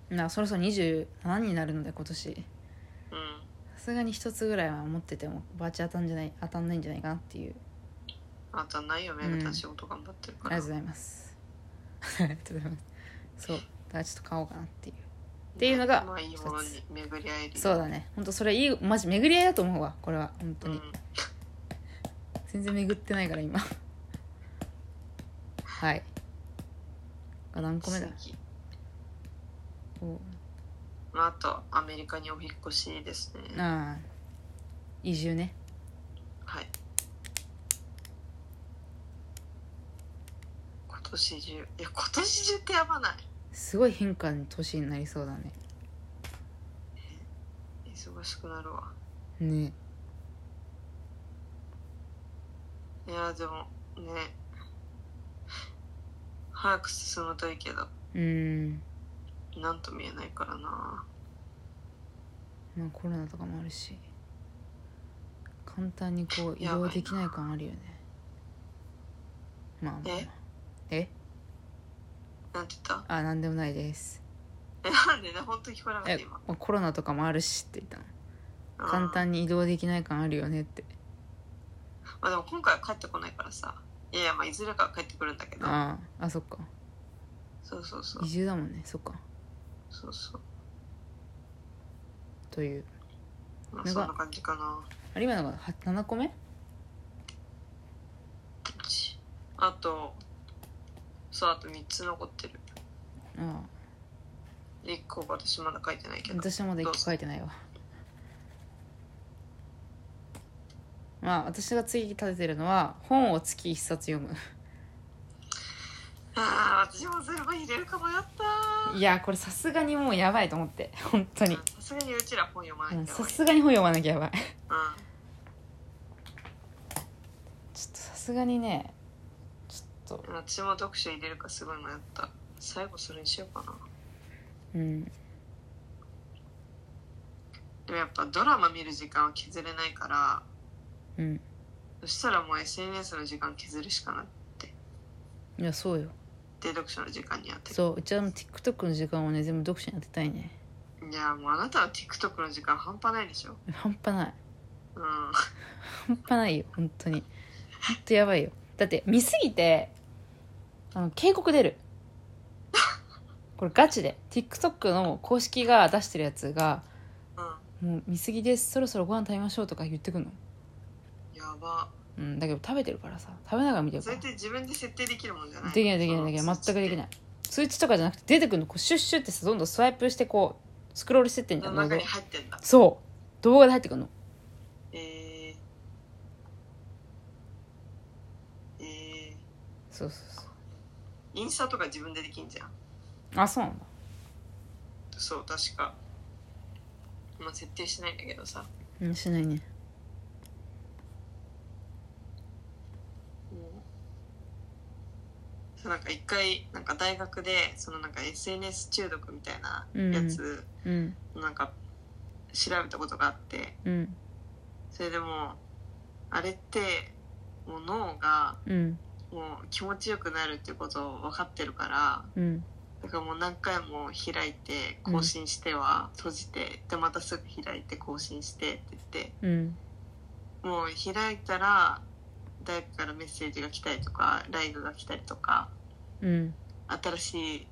[SPEAKER 2] なあそろそろ27になるので、今年。
[SPEAKER 1] うん
[SPEAKER 2] さすがに一つぐらいは持ってても、バーチ当たんじゃない、当たんないんじゃないかなっていう。
[SPEAKER 1] あとはないよ目
[SPEAKER 2] う
[SPEAKER 1] が
[SPEAKER 2] ん
[SPEAKER 1] 立仕事頑張ってる
[SPEAKER 2] あ
[SPEAKER 1] か
[SPEAKER 2] り
[SPEAKER 1] ら、
[SPEAKER 2] がとうございます。 (laughs) ありがとうございます。そう。だからちょっと買おうかなっていう。っていうのが
[SPEAKER 1] まあいいものに巡り合える
[SPEAKER 2] そうだね。ほんとそれいい、マジ巡り合いだと思うわ、これは。本当
[SPEAKER 1] う
[SPEAKER 2] に。
[SPEAKER 1] ん
[SPEAKER 2] 全然巡ってないか
[SPEAKER 1] (laughs)
[SPEAKER 2] ら、今。はい。あ何個目だ
[SPEAKER 1] 次
[SPEAKER 2] お
[SPEAKER 1] まあ、あとアメリカにお引っ越しですね
[SPEAKER 2] ああ移住ね
[SPEAKER 1] はい今年中いや今年中ってやばない
[SPEAKER 2] すごい変化の年になりそうだね
[SPEAKER 1] 忙しくなるわ
[SPEAKER 2] ね
[SPEAKER 1] いやでもね早く進むといいけど
[SPEAKER 2] うーん
[SPEAKER 1] なんとも言えないからな
[SPEAKER 2] まあコロナとかもあるし簡単にこう移
[SPEAKER 1] やばい
[SPEAKER 2] 動
[SPEAKER 1] な
[SPEAKER 2] できない感あるよねまあまあまあえ
[SPEAKER 1] なんて言った
[SPEAKER 2] あなんでもないです
[SPEAKER 1] えなんでね本当に聞こえなかった
[SPEAKER 2] え
[SPEAKER 1] 今、
[SPEAKER 2] まあ、コロナとかもあるしって言ったの簡
[SPEAKER 1] に
[SPEAKER 2] 単に移動できない感あるよねって
[SPEAKER 1] まあでも今回は帰ってこないからさいやいやまあいずれかは帰ってくるんだけど
[SPEAKER 2] あああそっか
[SPEAKER 1] そうそうそう
[SPEAKER 2] 移住だもんねそっか
[SPEAKER 1] そうそう
[SPEAKER 2] という
[SPEAKER 1] ま
[SPEAKER 2] なん
[SPEAKER 1] あ
[SPEAKER 2] か
[SPEAKER 1] そんな感じかな
[SPEAKER 2] あれ今のがは7個目
[SPEAKER 1] あとそうあと3つ残ってる
[SPEAKER 2] ああ
[SPEAKER 1] 1個が私まだ書いてないけど
[SPEAKER 2] 私はまだ一個書いてないわまあ私が次立ててるのは本を月一冊読む
[SPEAKER 1] ああ私も全部入れるか迷った
[SPEAKER 2] いやこれさすがにもうやばいと思って本当に
[SPEAKER 1] さすがにうちら本読ま
[SPEAKER 2] う
[SPEAKER 1] ない
[SPEAKER 2] ん
[SPEAKER 1] けど、
[SPEAKER 2] さ
[SPEAKER 1] うん、
[SPEAKER 2] すがに本読まなきゃやばいちょっとさすがにねちょっと
[SPEAKER 1] 私も読書入れるかすごい迷った最後それにしようかな
[SPEAKER 2] うん
[SPEAKER 1] でもやっぱドラマ見る時間は削れないから
[SPEAKER 2] うん
[SPEAKER 1] そしたらもう SNS の時間削るしかなく
[SPEAKER 2] いやそうよ
[SPEAKER 1] て読書の時間に当てる
[SPEAKER 2] そううちはもう TikTok の時間をね全部読書に当てたいね
[SPEAKER 1] いやもうあなたは TikTok の時間半端ないでしょ
[SPEAKER 2] 半端ない
[SPEAKER 1] うん
[SPEAKER 2] 半端ないよ本当に本当やばいよだって見すぎてあの警告出るこれガチで TikTok の公式が出してるやつが
[SPEAKER 1] うん
[SPEAKER 2] 「もう見すぎですそろそろご飯食べましょう」とか言ってくんの、
[SPEAKER 1] やば
[SPEAKER 2] うん、だけど食べてるからさ食べながら見てる
[SPEAKER 1] それ
[SPEAKER 2] か
[SPEAKER 1] っ
[SPEAKER 2] らで
[SPEAKER 1] て自分で設定できるもんじゃない
[SPEAKER 2] きないできないできない全くでき
[SPEAKER 1] ない
[SPEAKER 2] ない通知とかじゃなくて出てくるのこうシュッシュってさどんどんスワイプしてこうスクロールしてってんじゃん
[SPEAKER 1] 中に入ってんだ
[SPEAKER 2] そう動画で入ってくるの
[SPEAKER 1] えー、え
[SPEAKER 2] そうそうそう
[SPEAKER 1] ー、インスタとか自分でできんじゃん
[SPEAKER 2] あそうなんだ
[SPEAKER 1] そう確かまあ設定してないんだけどさ
[SPEAKER 2] うんしないね
[SPEAKER 1] そうなんか一回なんか大学でそのなんか SNS 中毒みたいな
[SPEAKER 2] うん
[SPEAKER 1] やつ、
[SPEAKER 2] うん
[SPEAKER 1] なんか調べたことがあって
[SPEAKER 2] うん
[SPEAKER 1] それでもうあれってもう脳が
[SPEAKER 2] うん
[SPEAKER 1] もう気持ちよくなるっていうことを分かってるから
[SPEAKER 2] うん
[SPEAKER 1] だからもう何回も開いて更新しては閉じて、でまたすぐ開いて更新してって言って
[SPEAKER 2] うん
[SPEAKER 1] もう開いたら誰かからメッセージが来たりとかライブが来たりとか
[SPEAKER 2] うん
[SPEAKER 1] 新しい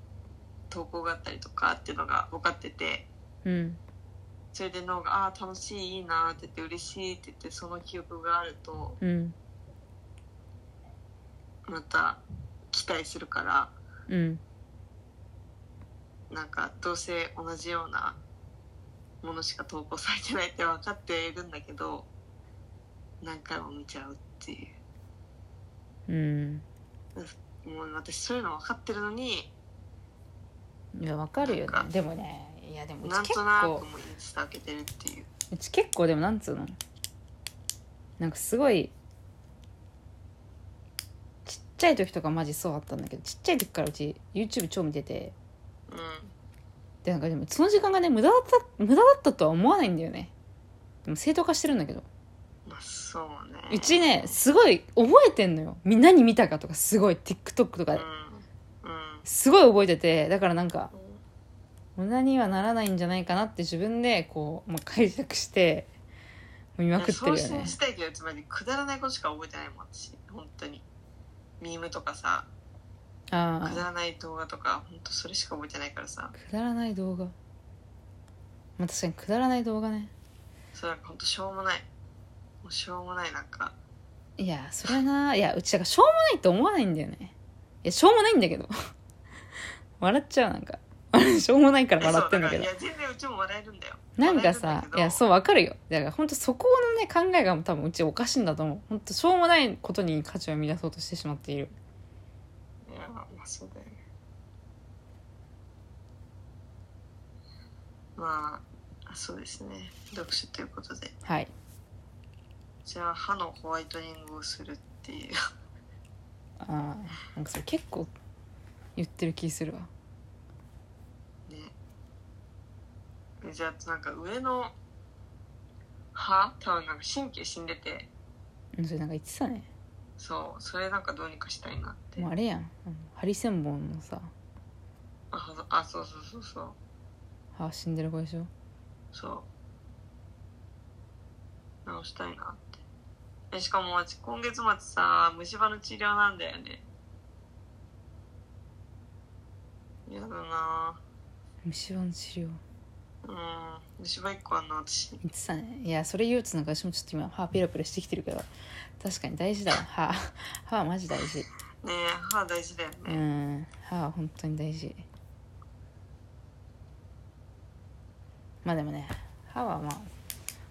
[SPEAKER 1] 投稿があったりとかっていうのが分かってて
[SPEAKER 2] うん
[SPEAKER 1] それで脳が「ああー楽しいいいな」って言って「嬉しい」って言ってその記憶があると
[SPEAKER 2] うん
[SPEAKER 1] また期待するから
[SPEAKER 2] うん
[SPEAKER 1] なんかどうせ同じようなものしか投稿されてないって分かっているんだけど何回も見ちゃうってい
[SPEAKER 2] うん
[SPEAKER 1] うもう私そういうの分かってるのに
[SPEAKER 2] いやわかるよね
[SPEAKER 1] なんか
[SPEAKER 2] でもねいやでもう
[SPEAKER 1] なん
[SPEAKER 2] ち結
[SPEAKER 1] となくも
[SPEAKER 2] 構
[SPEAKER 1] うインスタ開けてるっていう
[SPEAKER 2] うち結構でもなんつうのなんかすごいちゃい時とかマジそうだったんだけどちっちゃい時からうち YouTube 超見てて
[SPEAKER 1] うん
[SPEAKER 2] でなんかでもその時間がね無駄だった無駄だったとは思わないんだよねでも正当化してるんだけど
[SPEAKER 1] まあそうね
[SPEAKER 2] うちねすごい覚えてんのよみ何見たかとかすごい TikTok とか
[SPEAKER 1] うんう
[SPEAKER 2] で
[SPEAKER 1] ん
[SPEAKER 2] すごい覚えててだからなんか
[SPEAKER 1] うん
[SPEAKER 2] 無駄にはならないんじゃないかなって自分でこう、まあ、解釈して見まくってるよ
[SPEAKER 1] いやそう
[SPEAKER 2] ね
[SPEAKER 1] したいけどつまりくだらないことしか覚えてないもん私本当にミームとかさ
[SPEAKER 2] あ
[SPEAKER 1] くだらない動画とか本当それしか覚えてないからさ
[SPEAKER 2] あくだらない動画まあ確かにくだらない動画ね
[SPEAKER 1] そうなんか本当しょうもないもうしょうもないなんか
[SPEAKER 2] いやそれないやうちだからしょうもないと思わないんだよねいやしょうもないんだけど (laughs) 笑っちゃうなんか (laughs) しょうもないから笑ってんだけど
[SPEAKER 1] いやそうからいや全然うちも笑えるんだよ
[SPEAKER 2] なんかさいやそ
[SPEAKER 1] う
[SPEAKER 2] うわかるよだから本当そこのね考えが多分うちおかしいんだと思う本当しょうもないことに価値を生み出そうとしてしまっている
[SPEAKER 1] いやまあそうだよねまあそうですね読書ということで
[SPEAKER 2] はい
[SPEAKER 1] じゃあ歯のホワイトニングをするっていう
[SPEAKER 2] あーなんかそれ結構言ってる気するわ
[SPEAKER 1] ねじゃあなんか上の歯多分なんか神経死んでて
[SPEAKER 2] うんそれなんか言ってたね
[SPEAKER 1] そうそれなんかどうにかしたいなって
[SPEAKER 2] もうあれやんあのハリセンボンのさ
[SPEAKER 1] あそうあそうそうそうそう
[SPEAKER 2] 歯死んでる子でしょ
[SPEAKER 1] そう直したいなってえしかも私今月末さ虫歯の治療なんだよねやだな
[SPEAKER 2] 虫歯の治療
[SPEAKER 1] うん虫歯一個あんな私
[SPEAKER 2] 言ってたねいやそれ言うとなんか私もちょっと今歯ペラペラしてきてるけど確かに大事だわ歯歯はマジ大事
[SPEAKER 1] ねえ歯大事だよね、
[SPEAKER 2] うん歯は本当に大事まあでもね歯はまあ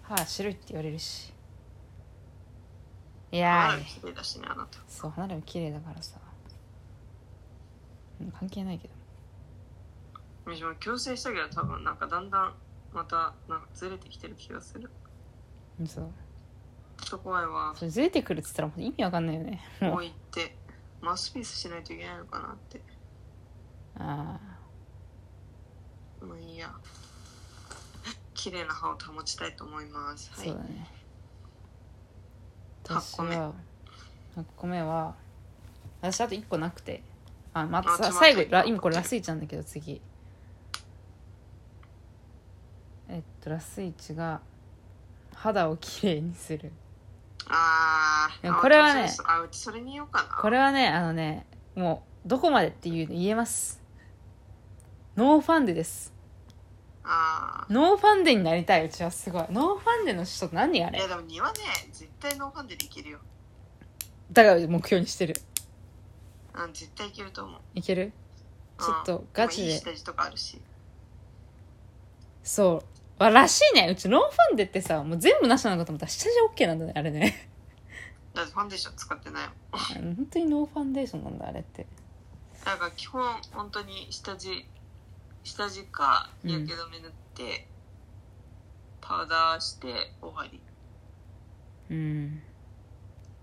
[SPEAKER 2] 歯は白いって言われるしいや
[SPEAKER 1] 歯
[SPEAKER 2] ー
[SPEAKER 1] 綺麗だしねあなた
[SPEAKER 2] そう歯並び綺麗だからさうん関係ないけど
[SPEAKER 1] 虫歯矯正したけど多分なんかだんだんまたなんかずれてきてる気がする
[SPEAKER 2] うんそう
[SPEAKER 1] ちょっと怖いわ
[SPEAKER 2] それずれてくるっつったらもう意味わかんないよねも
[SPEAKER 1] こう
[SPEAKER 2] う
[SPEAKER 1] 言ってマウスピースしないといけないのかなって
[SPEAKER 2] あ
[SPEAKER 1] まあいいや綺麗な歯を保ちたいと思います
[SPEAKER 2] あ
[SPEAKER 1] はい
[SPEAKER 2] そうだね
[SPEAKER 1] 八
[SPEAKER 2] 私
[SPEAKER 1] 個目
[SPEAKER 2] は8個目は私あと1個なくてあまた
[SPEAKER 1] あちょっ
[SPEAKER 2] さ
[SPEAKER 1] と
[SPEAKER 2] 最後
[SPEAKER 1] 待って
[SPEAKER 2] ラ今これラスイチなんだけど次えっとラスイチが肌をきれいにする
[SPEAKER 1] あ
[SPEAKER 2] で
[SPEAKER 1] ー
[SPEAKER 2] も
[SPEAKER 1] あ
[SPEAKER 2] これはね
[SPEAKER 1] 私そうあうちそれに言おうかな
[SPEAKER 2] これはねあのねもうどこまでっていうの言えますノーファンデです
[SPEAKER 1] あ
[SPEAKER 2] ノーファンデになりたいうちはすごいノーファンデの人何あ
[SPEAKER 1] あい
[SPEAKER 2] れ
[SPEAKER 1] やでも庭ね絶対ノーファンデでいけるよ
[SPEAKER 2] だから目標にしてる
[SPEAKER 1] うん絶対いけると思う
[SPEAKER 2] いける
[SPEAKER 1] うん
[SPEAKER 2] ちょっとガチで
[SPEAKER 1] もういい下地とかあるし
[SPEAKER 2] そう。わらしいね。うちノンファンデってさ、もう全部なしなのかと思ったら下地 OK なんだね、あれね。 (laughs)
[SPEAKER 1] だってファンデーション使ってないもん
[SPEAKER 2] あの本当にノーファンデーションなんだ、あれって。
[SPEAKER 1] だから基本本当に下地下地か
[SPEAKER 2] うん
[SPEAKER 1] 日焼け止め塗って、パウダーして終わり
[SPEAKER 2] うん。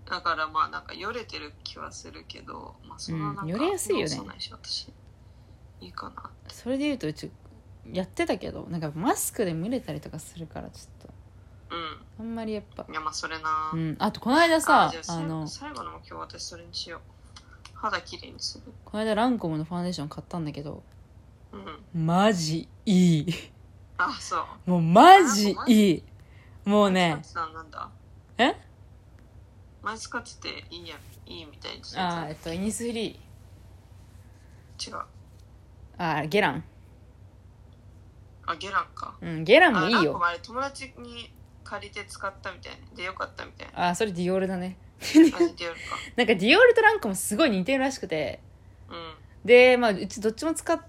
[SPEAKER 1] だからまあなんかよれてる気はするけどまあそんななんか、
[SPEAKER 2] うんよれやすいよね
[SPEAKER 1] そうないし私いいかな
[SPEAKER 2] それで言うと、うち、やってたけど、なんかマスクで蒸れたりとかするから、ちょっと。
[SPEAKER 1] う
[SPEAKER 2] あんまりやっぱ
[SPEAKER 1] ん。いやまあそれな、
[SPEAKER 2] うん。あと、この間さ、
[SPEAKER 1] じゃ
[SPEAKER 2] あ
[SPEAKER 1] せん
[SPEAKER 2] の、
[SPEAKER 1] 最後の目標私それにしよう肌きれいにする
[SPEAKER 2] この間ランコムのファンデーション買ったんだけど、
[SPEAKER 1] うん
[SPEAKER 2] マジいい。
[SPEAKER 1] あそう
[SPEAKER 2] もうマジいい。もうね
[SPEAKER 1] マイ、スカッツなんだ
[SPEAKER 2] え
[SPEAKER 1] マイスカッツっていいやいいみたいです
[SPEAKER 2] あーえっと、イニスフリー。
[SPEAKER 1] 違う
[SPEAKER 2] あーゲラン。
[SPEAKER 1] あゲランか
[SPEAKER 2] うん、ゲラ
[SPEAKER 1] あ
[SPEAKER 2] ンもいい
[SPEAKER 1] ランコ
[SPEAKER 2] よ。
[SPEAKER 1] もあれ友達に借りて使ったみたいなでよかったみたいな
[SPEAKER 2] あーそれディオールだね。
[SPEAKER 1] 感じでやるか
[SPEAKER 2] なんかディオールとランコもすごい似てるらしくて
[SPEAKER 1] うん
[SPEAKER 2] で、まあ、うちどっちも使っ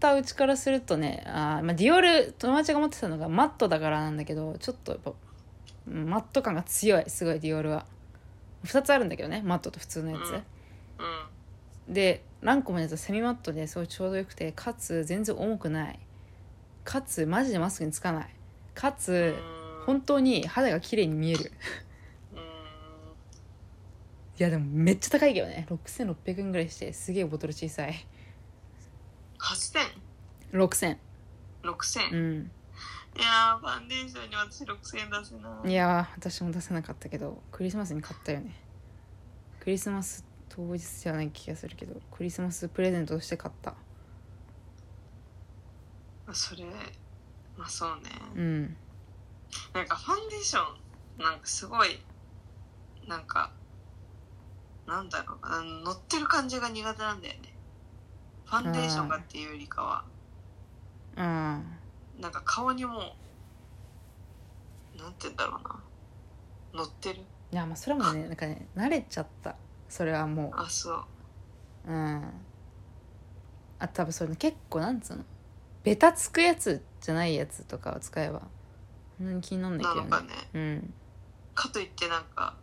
[SPEAKER 2] たうちからするとねあー、まあ、ディオール友達が持ってたのがマットだからなんだけどちょっとやっぱうんマット感が強いすごいディオールは2つあるんだけどねマットと普通のやつ、
[SPEAKER 1] うん
[SPEAKER 2] でランコムのやつはセミマットですごいちょうどよくてかつ全然重くないかつマジでマスクにつかないかつ
[SPEAKER 1] うん
[SPEAKER 2] 本当に肌が綺麗に見える
[SPEAKER 1] うん
[SPEAKER 2] いやでもめっちゃ高いけどね6600円ぐらいしてすげえボトル小さい
[SPEAKER 1] 8000
[SPEAKER 2] 6000
[SPEAKER 1] 6000、
[SPEAKER 2] う
[SPEAKER 1] い
[SPEAKER 2] ん
[SPEAKER 1] やーファンデーションに私6000円出すない
[SPEAKER 2] やー私も出せなかったけどクリスマスに買ったよねクリスマス当日じゃない気がするけどクリスマスプレゼントとして買った
[SPEAKER 1] それまあそうね、
[SPEAKER 2] うん
[SPEAKER 1] なんかファンデーションなんかすごいなんかなんだろうあの乗ってる感じが苦手なんだよねファンデーションがっていうよりかは
[SPEAKER 2] あ
[SPEAKER 1] なんか顔にもうなんて言うんだろうな乗ってる
[SPEAKER 2] ーいやまあそれもねなんかね慣れちゃったそれはも
[SPEAKER 1] あそう
[SPEAKER 2] ううんあ多分それ結構なんつうのベタつくやつじゃないやつとかを使えばそんなに気になんない
[SPEAKER 1] な
[SPEAKER 2] け
[SPEAKER 1] の
[SPEAKER 2] どね
[SPEAKER 1] かね
[SPEAKER 2] うん
[SPEAKER 1] かといってなんか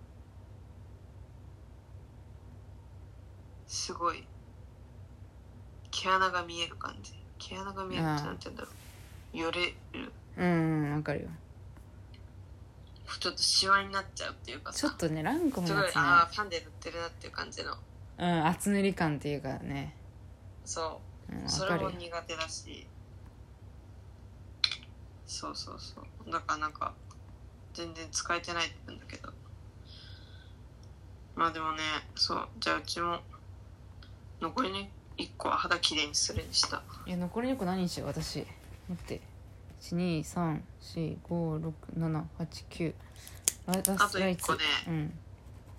[SPEAKER 1] すごい毛穴が見える感じ毛穴が見えるってなんて言うんだろうよれる
[SPEAKER 2] うんわかるよ
[SPEAKER 1] ちょっとシワになっちゃうっていうか
[SPEAKER 2] ちょ
[SPEAKER 1] さ
[SPEAKER 2] っとねランコム
[SPEAKER 1] す
[SPEAKER 2] の
[SPEAKER 1] ごい
[SPEAKER 2] やつね
[SPEAKER 1] ああファンデ塗ってるなっていう感じの
[SPEAKER 2] うん厚塗り感っていうかね
[SPEAKER 1] そ
[SPEAKER 2] うん
[SPEAKER 1] う
[SPEAKER 2] わ
[SPEAKER 1] そ
[SPEAKER 2] か
[SPEAKER 1] れ
[SPEAKER 2] るよ
[SPEAKER 1] も苦手だしそうそうそうだからなんか全然使えてないって言うんだけどまあでもねそうじゃあうちも残りね1個は肌きれいにするにした
[SPEAKER 2] いや残りの子何にしよう私待って123456789ララ
[SPEAKER 1] あと
[SPEAKER 2] ライ
[SPEAKER 1] 1
[SPEAKER 2] ツ
[SPEAKER 1] 個ね
[SPEAKER 2] うん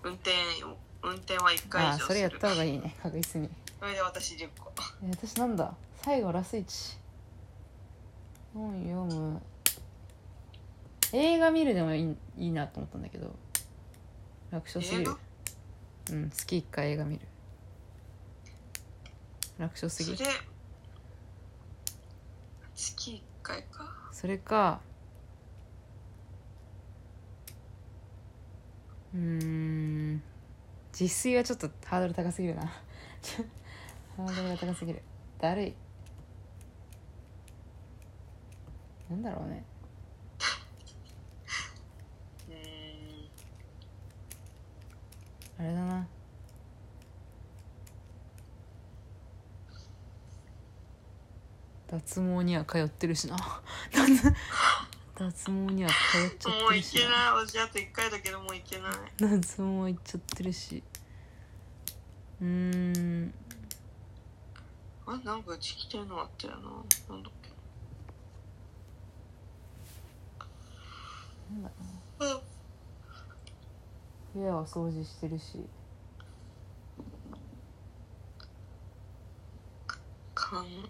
[SPEAKER 1] 運転を運転は1回以
[SPEAKER 2] あ
[SPEAKER 1] 上する
[SPEAKER 2] それやった方がいいね確実に
[SPEAKER 1] それで私10個
[SPEAKER 2] え私なんだ最後ラス1本読む映画見るでもいいいいなと思ったんだけど楽勝すぎ
[SPEAKER 1] 映
[SPEAKER 2] る
[SPEAKER 1] 画
[SPEAKER 2] うん月1回映画見る楽勝す
[SPEAKER 1] そ
[SPEAKER 2] ぎ
[SPEAKER 1] れ
[SPEAKER 2] る
[SPEAKER 1] 月1回か
[SPEAKER 2] それかうーん自炊はちょっとハードル高すぎるな (laughs) ちょハードルが高すぎるだるいなんだろうね
[SPEAKER 1] うーん
[SPEAKER 2] あれだな脱毛には通ってるしな (laughs) 脱毛には通っちゃ
[SPEAKER 1] も
[SPEAKER 2] って
[SPEAKER 1] う
[SPEAKER 2] る
[SPEAKER 1] い
[SPEAKER 2] し
[SPEAKER 1] け
[SPEAKER 2] な
[SPEAKER 1] ない私あと1回だけどもういけない
[SPEAKER 2] 夏も行っちゃってるしうーん
[SPEAKER 1] あなんかうち来てるのあったよななんだっけ
[SPEAKER 2] なんだ
[SPEAKER 1] うん
[SPEAKER 2] 部屋は掃除してるし
[SPEAKER 1] かん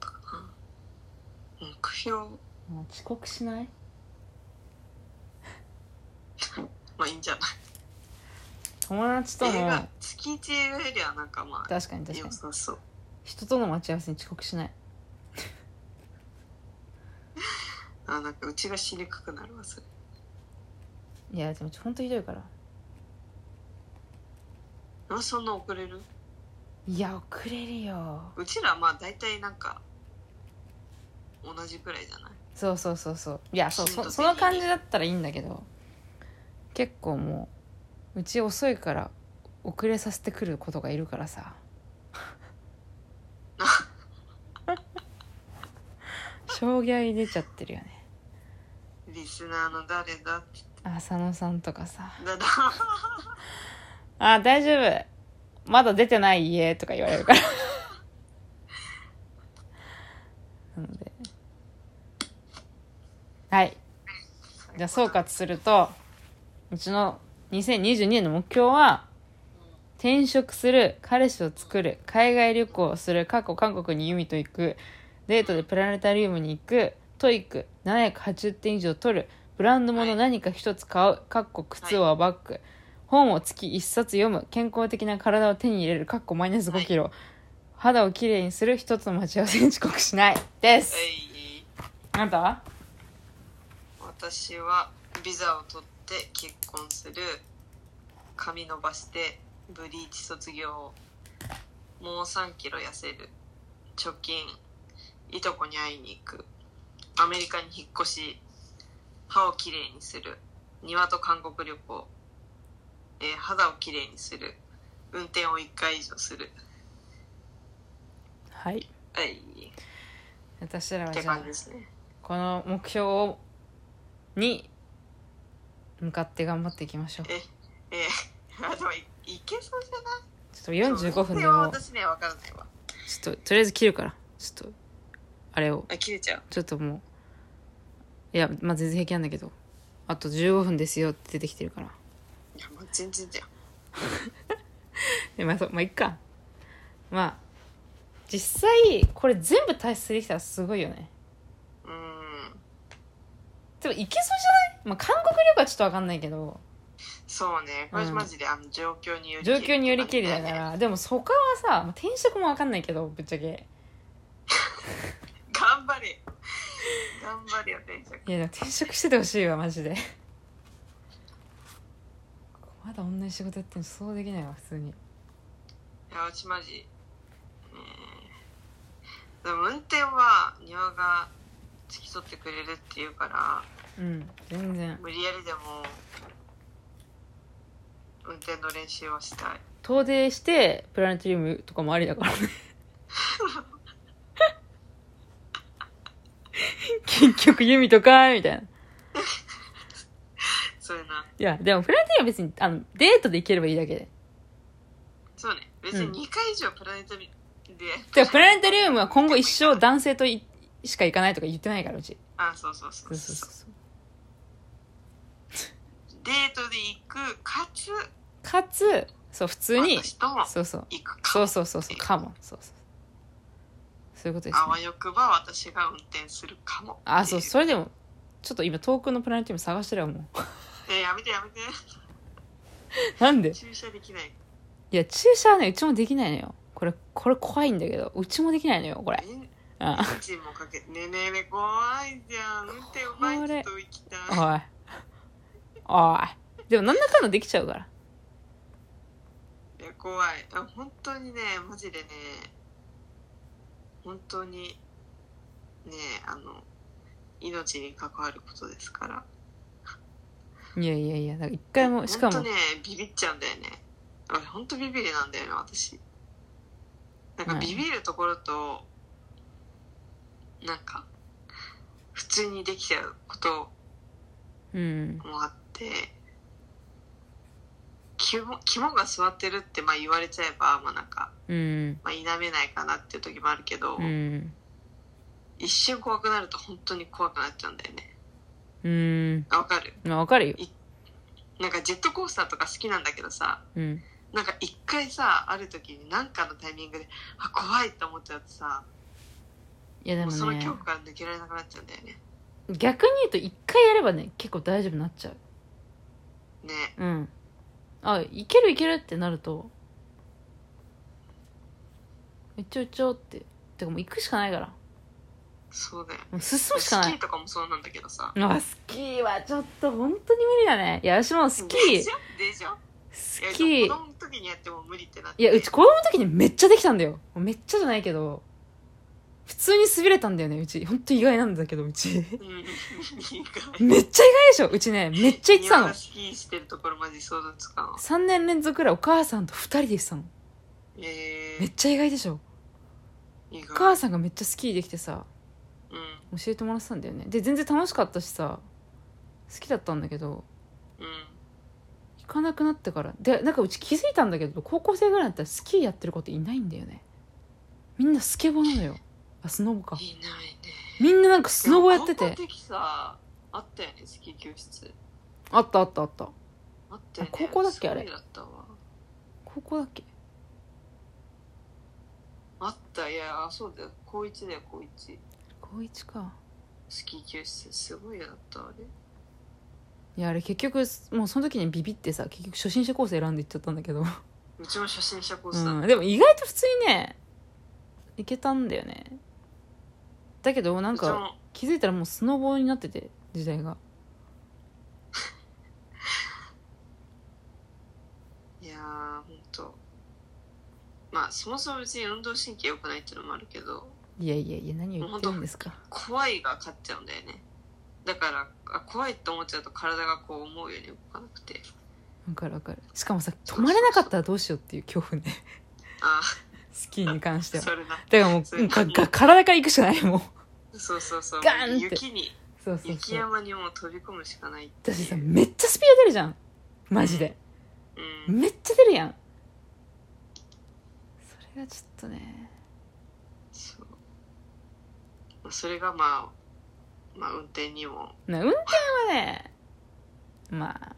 [SPEAKER 1] かん目標
[SPEAKER 2] あ遅刻しない
[SPEAKER 1] まあいいんじゃない
[SPEAKER 2] 友達と
[SPEAKER 1] 映
[SPEAKER 2] の
[SPEAKER 1] 画月一映画よりはなんかまあ
[SPEAKER 2] 確かに確か
[SPEAKER 1] 良
[SPEAKER 2] に
[SPEAKER 1] さそう
[SPEAKER 2] 人との待ち合わせに遅刻しない
[SPEAKER 1] あなんかうちがしにくくなるわそれ
[SPEAKER 2] いやでもほんとひどいから
[SPEAKER 1] なんでそんな遅れる
[SPEAKER 2] いや遅れるよ
[SPEAKER 1] うちらまあ大体なんか同じくらいじゃない
[SPEAKER 2] そうそうそうそういやそう
[SPEAKER 1] 頻度
[SPEAKER 2] そ
[SPEAKER 1] 的
[SPEAKER 2] そ
[SPEAKER 1] に
[SPEAKER 2] の感じだったらいいんだけど結構もううち遅いから遅れさせてくることがいるから (laughs) さ障害出ちゃってるよね
[SPEAKER 1] リスナーの誰だって
[SPEAKER 2] 浅野さんとかさ
[SPEAKER 1] だだ
[SPEAKER 2] 「あ大丈夫まだ出てない家」とか言われるから (laughs) なのではいじゃあ総括するとうちの2022年の目標は転職する彼氏を作る海外旅行をする過去韓国にユミと行くデートでプラネタリウムに行くトイック780点以上取るブランド物何か一つ買うかっこ靴はバッグ、本を月1冊読む健康的な体を手に入れるかっこマイナス5キロ、肌をきれいにする一つの待ち合わせに遅刻しないです、
[SPEAKER 1] はい
[SPEAKER 2] あなたは
[SPEAKER 1] 私はビザを取って結婚する髪伸ばしてブリーチ卒業もう3キロ痩せる貯金いとこに会いに行くアメリカに引っ越し歯をきれいにする庭と韓国旅行、えー肌をきれいにする運転を1回以上する
[SPEAKER 2] はい
[SPEAKER 1] はい
[SPEAKER 2] 私らは
[SPEAKER 1] っ
[SPEAKER 2] じ
[SPEAKER 1] て
[SPEAKER 2] ゃ
[SPEAKER 1] 感
[SPEAKER 2] あ
[SPEAKER 1] じですね
[SPEAKER 2] この目標をに向かって頑張っていきましょうちょ
[SPEAKER 1] ええー (laughs) あでもいいけそうじゃない
[SPEAKER 2] っと45分で
[SPEAKER 1] それは
[SPEAKER 2] もう
[SPEAKER 1] 私には分からないわ
[SPEAKER 2] ちょっととりあえず切るからちょっとあれを
[SPEAKER 1] あ切れちゃう
[SPEAKER 2] ちょっともういやまあ全然平気なんだけどあと15分ですよって出てきてるから
[SPEAKER 1] いやもう全然じゃん
[SPEAKER 2] でまあそうまあいっかまあ実際これ全部達成できたらすごいよね
[SPEAKER 1] うーん
[SPEAKER 2] でもいけそうじゃない、まあ、韓国旅行はちょっとわかんないけど
[SPEAKER 1] そうねこれ
[SPEAKER 2] うん
[SPEAKER 1] マジで、あの状況により
[SPEAKER 2] 状況によりきりだか
[SPEAKER 1] ね
[SPEAKER 2] らでも他はさまあ転職もわかんないけどぶっちゃけ
[SPEAKER 1] 頑張れ頑張れよ転職
[SPEAKER 2] いやでも転職しててほしいわマジで (laughs) まだ同じ仕事やってんの想像できないわ普通に
[SPEAKER 1] いやうちマジ、えーでも運転は庭が付き添ってくれるっていうから
[SPEAKER 2] うん全然
[SPEAKER 1] 無理やりでも運転の練習はしたい
[SPEAKER 2] 遠出してプラネタリウムとかもありだ (laughs) からね結局弓とかみたいない
[SPEAKER 1] そういうな
[SPEAKER 2] やでもプラネタリウムは別にあのデートで行ければいいだけで
[SPEAKER 1] そうね別
[SPEAKER 2] うん
[SPEAKER 1] に2回以上プラネタリウムで、
[SPEAKER 2] でもプラネタリウムは今後一生男性といしか行かないとか言ってないからうち
[SPEAKER 1] あそうそうそう
[SPEAKER 2] そう
[SPEAKER 1] そう
[SPEAKER 2] そう
[SPEAKER 1] そう
[SPEAKER 2] そう
[SPEAKER 1] デートで行くかつ
[SPEAKER 2] かつそう普通に
[SPEAKER 1] 私とも
[SPEAKER 2] そうそう
[SPEAKER 1] 行く
[SPEAKER 2] そう
[SPEAKER 1] か
[SPEAKER 2] そうそうそうかもそうそうそういうことです
[SPEAKER 1] あわ
[SPEAKER 2] ね
[SPEAKER 1] よくば私が運転するかも
[SPEAKER 2] あそうそれでもちょっと今遠くのプラネタリウム探してるわもう
[SPEAKER 1] えーやめてやめて
[SPEAKER 2] なんで
[SPEAKER 1] 駐車できない
[SPEAKER 2] いや、注射はね、うちもできないのよ。これ、これ怖いんだけど、うちもできないのよ、これ。
[SPEAKER 1] え
[SPEAKER 2] うん。
[SPEAKER 1] エンジンもかけねえねえねえ怖いじゃん運転うまい
[SPEAKER 2] これ
[SPEAKER 1] 人行きたい
[SPEAKER 2] おい。おい。でも、なんだかんだできちゃうから。
[SPEAKER 1] いや怖いあ本当にねマジでね本当にねあの命に関わることですから
[SPEAKER 2] いやいやいや、だから一回も、しかも、
[SPEAKER 1] 本当ねビビっちゃうんだよね俺本当ビビりなんだよね私なんか
[SPEAKER 2] はい
[SPEAKER 1] ビビるところと、なんか普通にできちゃうこと
[SPEAKER 2] うん。
[SPEAKER 1] もあって肝肝が座ってるってまあ言われちゃえば、まあ、なんか、
[SPEAKER 2] うん。
[SPEAKER 1] まあ、否めないかなっていう時もあるけど、
[SPEAKER 2] うん。
[SPEAKER 1] 一瞬怖くなると本当に怖くなっちゃうんだよね
[SPEAKER 2] うん。
[SPEAKER 1] あわかる
[SPEAKER 2] まあ、わかるよ。
[SPEAKER 1] なんかジェットコースターとか好きなんだけどさ
[SPEAKER 2] うん。
[SPEAKER 1] なんか一回さある時に何かのタイミングであ怖いって思っちゃうとさ
[SPEAKER 2] いや、で
[SPEAKER 1] もうそ
[SPEAKER 2] も
[SPEAKER 1] の
[SPEAKER 2] ね
[SPEAKER 1] 恐、怖から抜けられなくなっちゃうんだよね
[SPEAKER 2] 逆に言うと、一回やればね、結構大丈夫になっちゃう。
[SPEAKER 1] ね
[SPEAKER 2] うん。あ、いけるいけるってなると、うちょうちょって。てかもう行くしかないから。
[SPEAKER 1] そうだよ
[SPEAKER 2] もう進むしかない
[SPEAKER 1] スキー。とかもそうなんだけどさ
[SPEAKER 2] あスキーはちょっと本当に無理だねいや私もスキ
[SPEAKER 1] で
[SPEAKER 2] ー
[SPEAKER 1] しょでしょ
[SPEAKER 2] ス
[SPEAKER 1] いや
[SPEAKER 2] キー
[SPEAKER 1] 子供の時にやっても無理ってなって
[SPEAKER 2] いや
[SPEAKER 1] (laughs)
[SPEAKER 2] うち子供の時にめっちゃできたんだよめっちゃじゃないけど普通に滑れたんだよねうち本当意外なんだけどうち
[SPEAKER 1] うん意外
[SPEAKER 2] めっちゃ意外でしょうちねめっちゃ行ってた
[SPEAKER 1] 庭
[SPEAKER 2] の
[SPEAKER 1] がスキーしてるところまで想像つかん
[SPEAKER 2] 3年連続ぐらいお母さんと2人で行ってたの
[SPEAKER 1] え
[SPEAKER 2] めっちゃ意外でしょ
[SPEAKER 1] ー、意
[SPEAKER 2] お
[SPEAKER 1] 外
[SPEAKER 2] 母さんがめっちゃスキーできてさ
[SPEAKER 1] うん
[SPEAKER 2] 教えてもらってたんだよねで全然楽しかったしさ好きだったんだけど
[SPEAKER 1] う
[SPEAKER 2] 行かなくなってからでなんかうち気づいたんだけど高校生ぐらいだったらスキーやってる子っていないんだよねみんなスケボーなのよあスノボか
[SPEAKER 1] んいないね
[SPEAKER 2] みんななんかスノボやって
[SPEAKER 1] でも高
[SPEAKER 2] て
[SPEAKER 1] 校の時さあったよねスキー教室
[SPEAKER 2] あったあったあった
[SPEAKER 1] あったよね
[SPEAKER 2] あ高校だっけあれ
[SPEAKER 1] すごいだったわ
[SPEAKER 2] 高校だっけ
[SPEAKER 1] あったいやそうだよ高一だよ高一
[SPEAKER 2] 高一か
[SPEAKER 1] スキー教室すごいだったあれ
[SPEAKER 2] いやあれ結局もうその時にビビってさ結局初心者コース選んでいっちゃったんだけど、
[SPEAKER 1] うちも初心者コースだった、
[SPEAKER 2] うん、でも意外と普通にねいけたんだよねだけどなん
[SPEAKER 1] うち
[SPEAKER 2] か
[SPEAKER 1] も
[SPEAKER 2] 気づいたらもうスノボーになってて時代が
[SPEAKER 1] いやーほんとまあそもそも別に運動神経良くないっていうのもあるけど
[SPEAKER 2] いやいやいや何を言ってるんですか
[SPEAKER 1] 怖いが勝っちゃうんだよねだからあ怖いと思っちゃうと体がこう思うように動かなくて
[SPEAKER 2] わかるわかるしかもさ止まれなかったらどうしようっていう恐怖ね
[SPEAKER 1] あ
[SPEAKER 2] スキーに関して
[SPEAKER 1] あ
[SPEAKER 2] は
[SPEAKER 1] それな
[SPEAKER 2] だからもう
[SPEAKER 1] そういう
[SPEAKER 2] がが体から行くしかないもん
[SPEAKER 1] そうそうそう
[SPEAKER 2] ガーンって
[SPEAKER 1] 雪に
[SPEAKER 2] そうそう
[SPEAKER 1] 雪
[SPEAKER 2] そう
[SPEAKER 1] 山にもう飛び込むしかないっていう
[SPEAKER 2] 私さめっちゃスピード出るじゃんマジで
[SPEAKER 1] うん
[SPEAKER 2] めっちゃ出るやんそれがちょっとね
[SPEAKER 1] そうまあそれがまあまあ運転にも
[SPEAKER 2] な運転はねまあ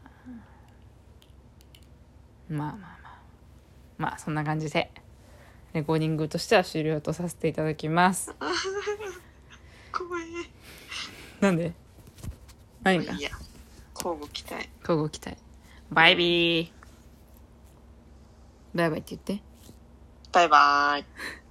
[SPEAKER 2] まあまあまあまあそんな感じでレコーディングとしては終了とさせていただきます
[SPEAKER 1] 怖い
[SPEAKER 2] なんで何
[SPEAKER 1] ま
[SPEAKER 2] が
[SPEAKER 1] あいいや交互期待
[SPEAKER 2] 交互期待バイビーバイバイって言って
[SPEAKER 1] バイバーイ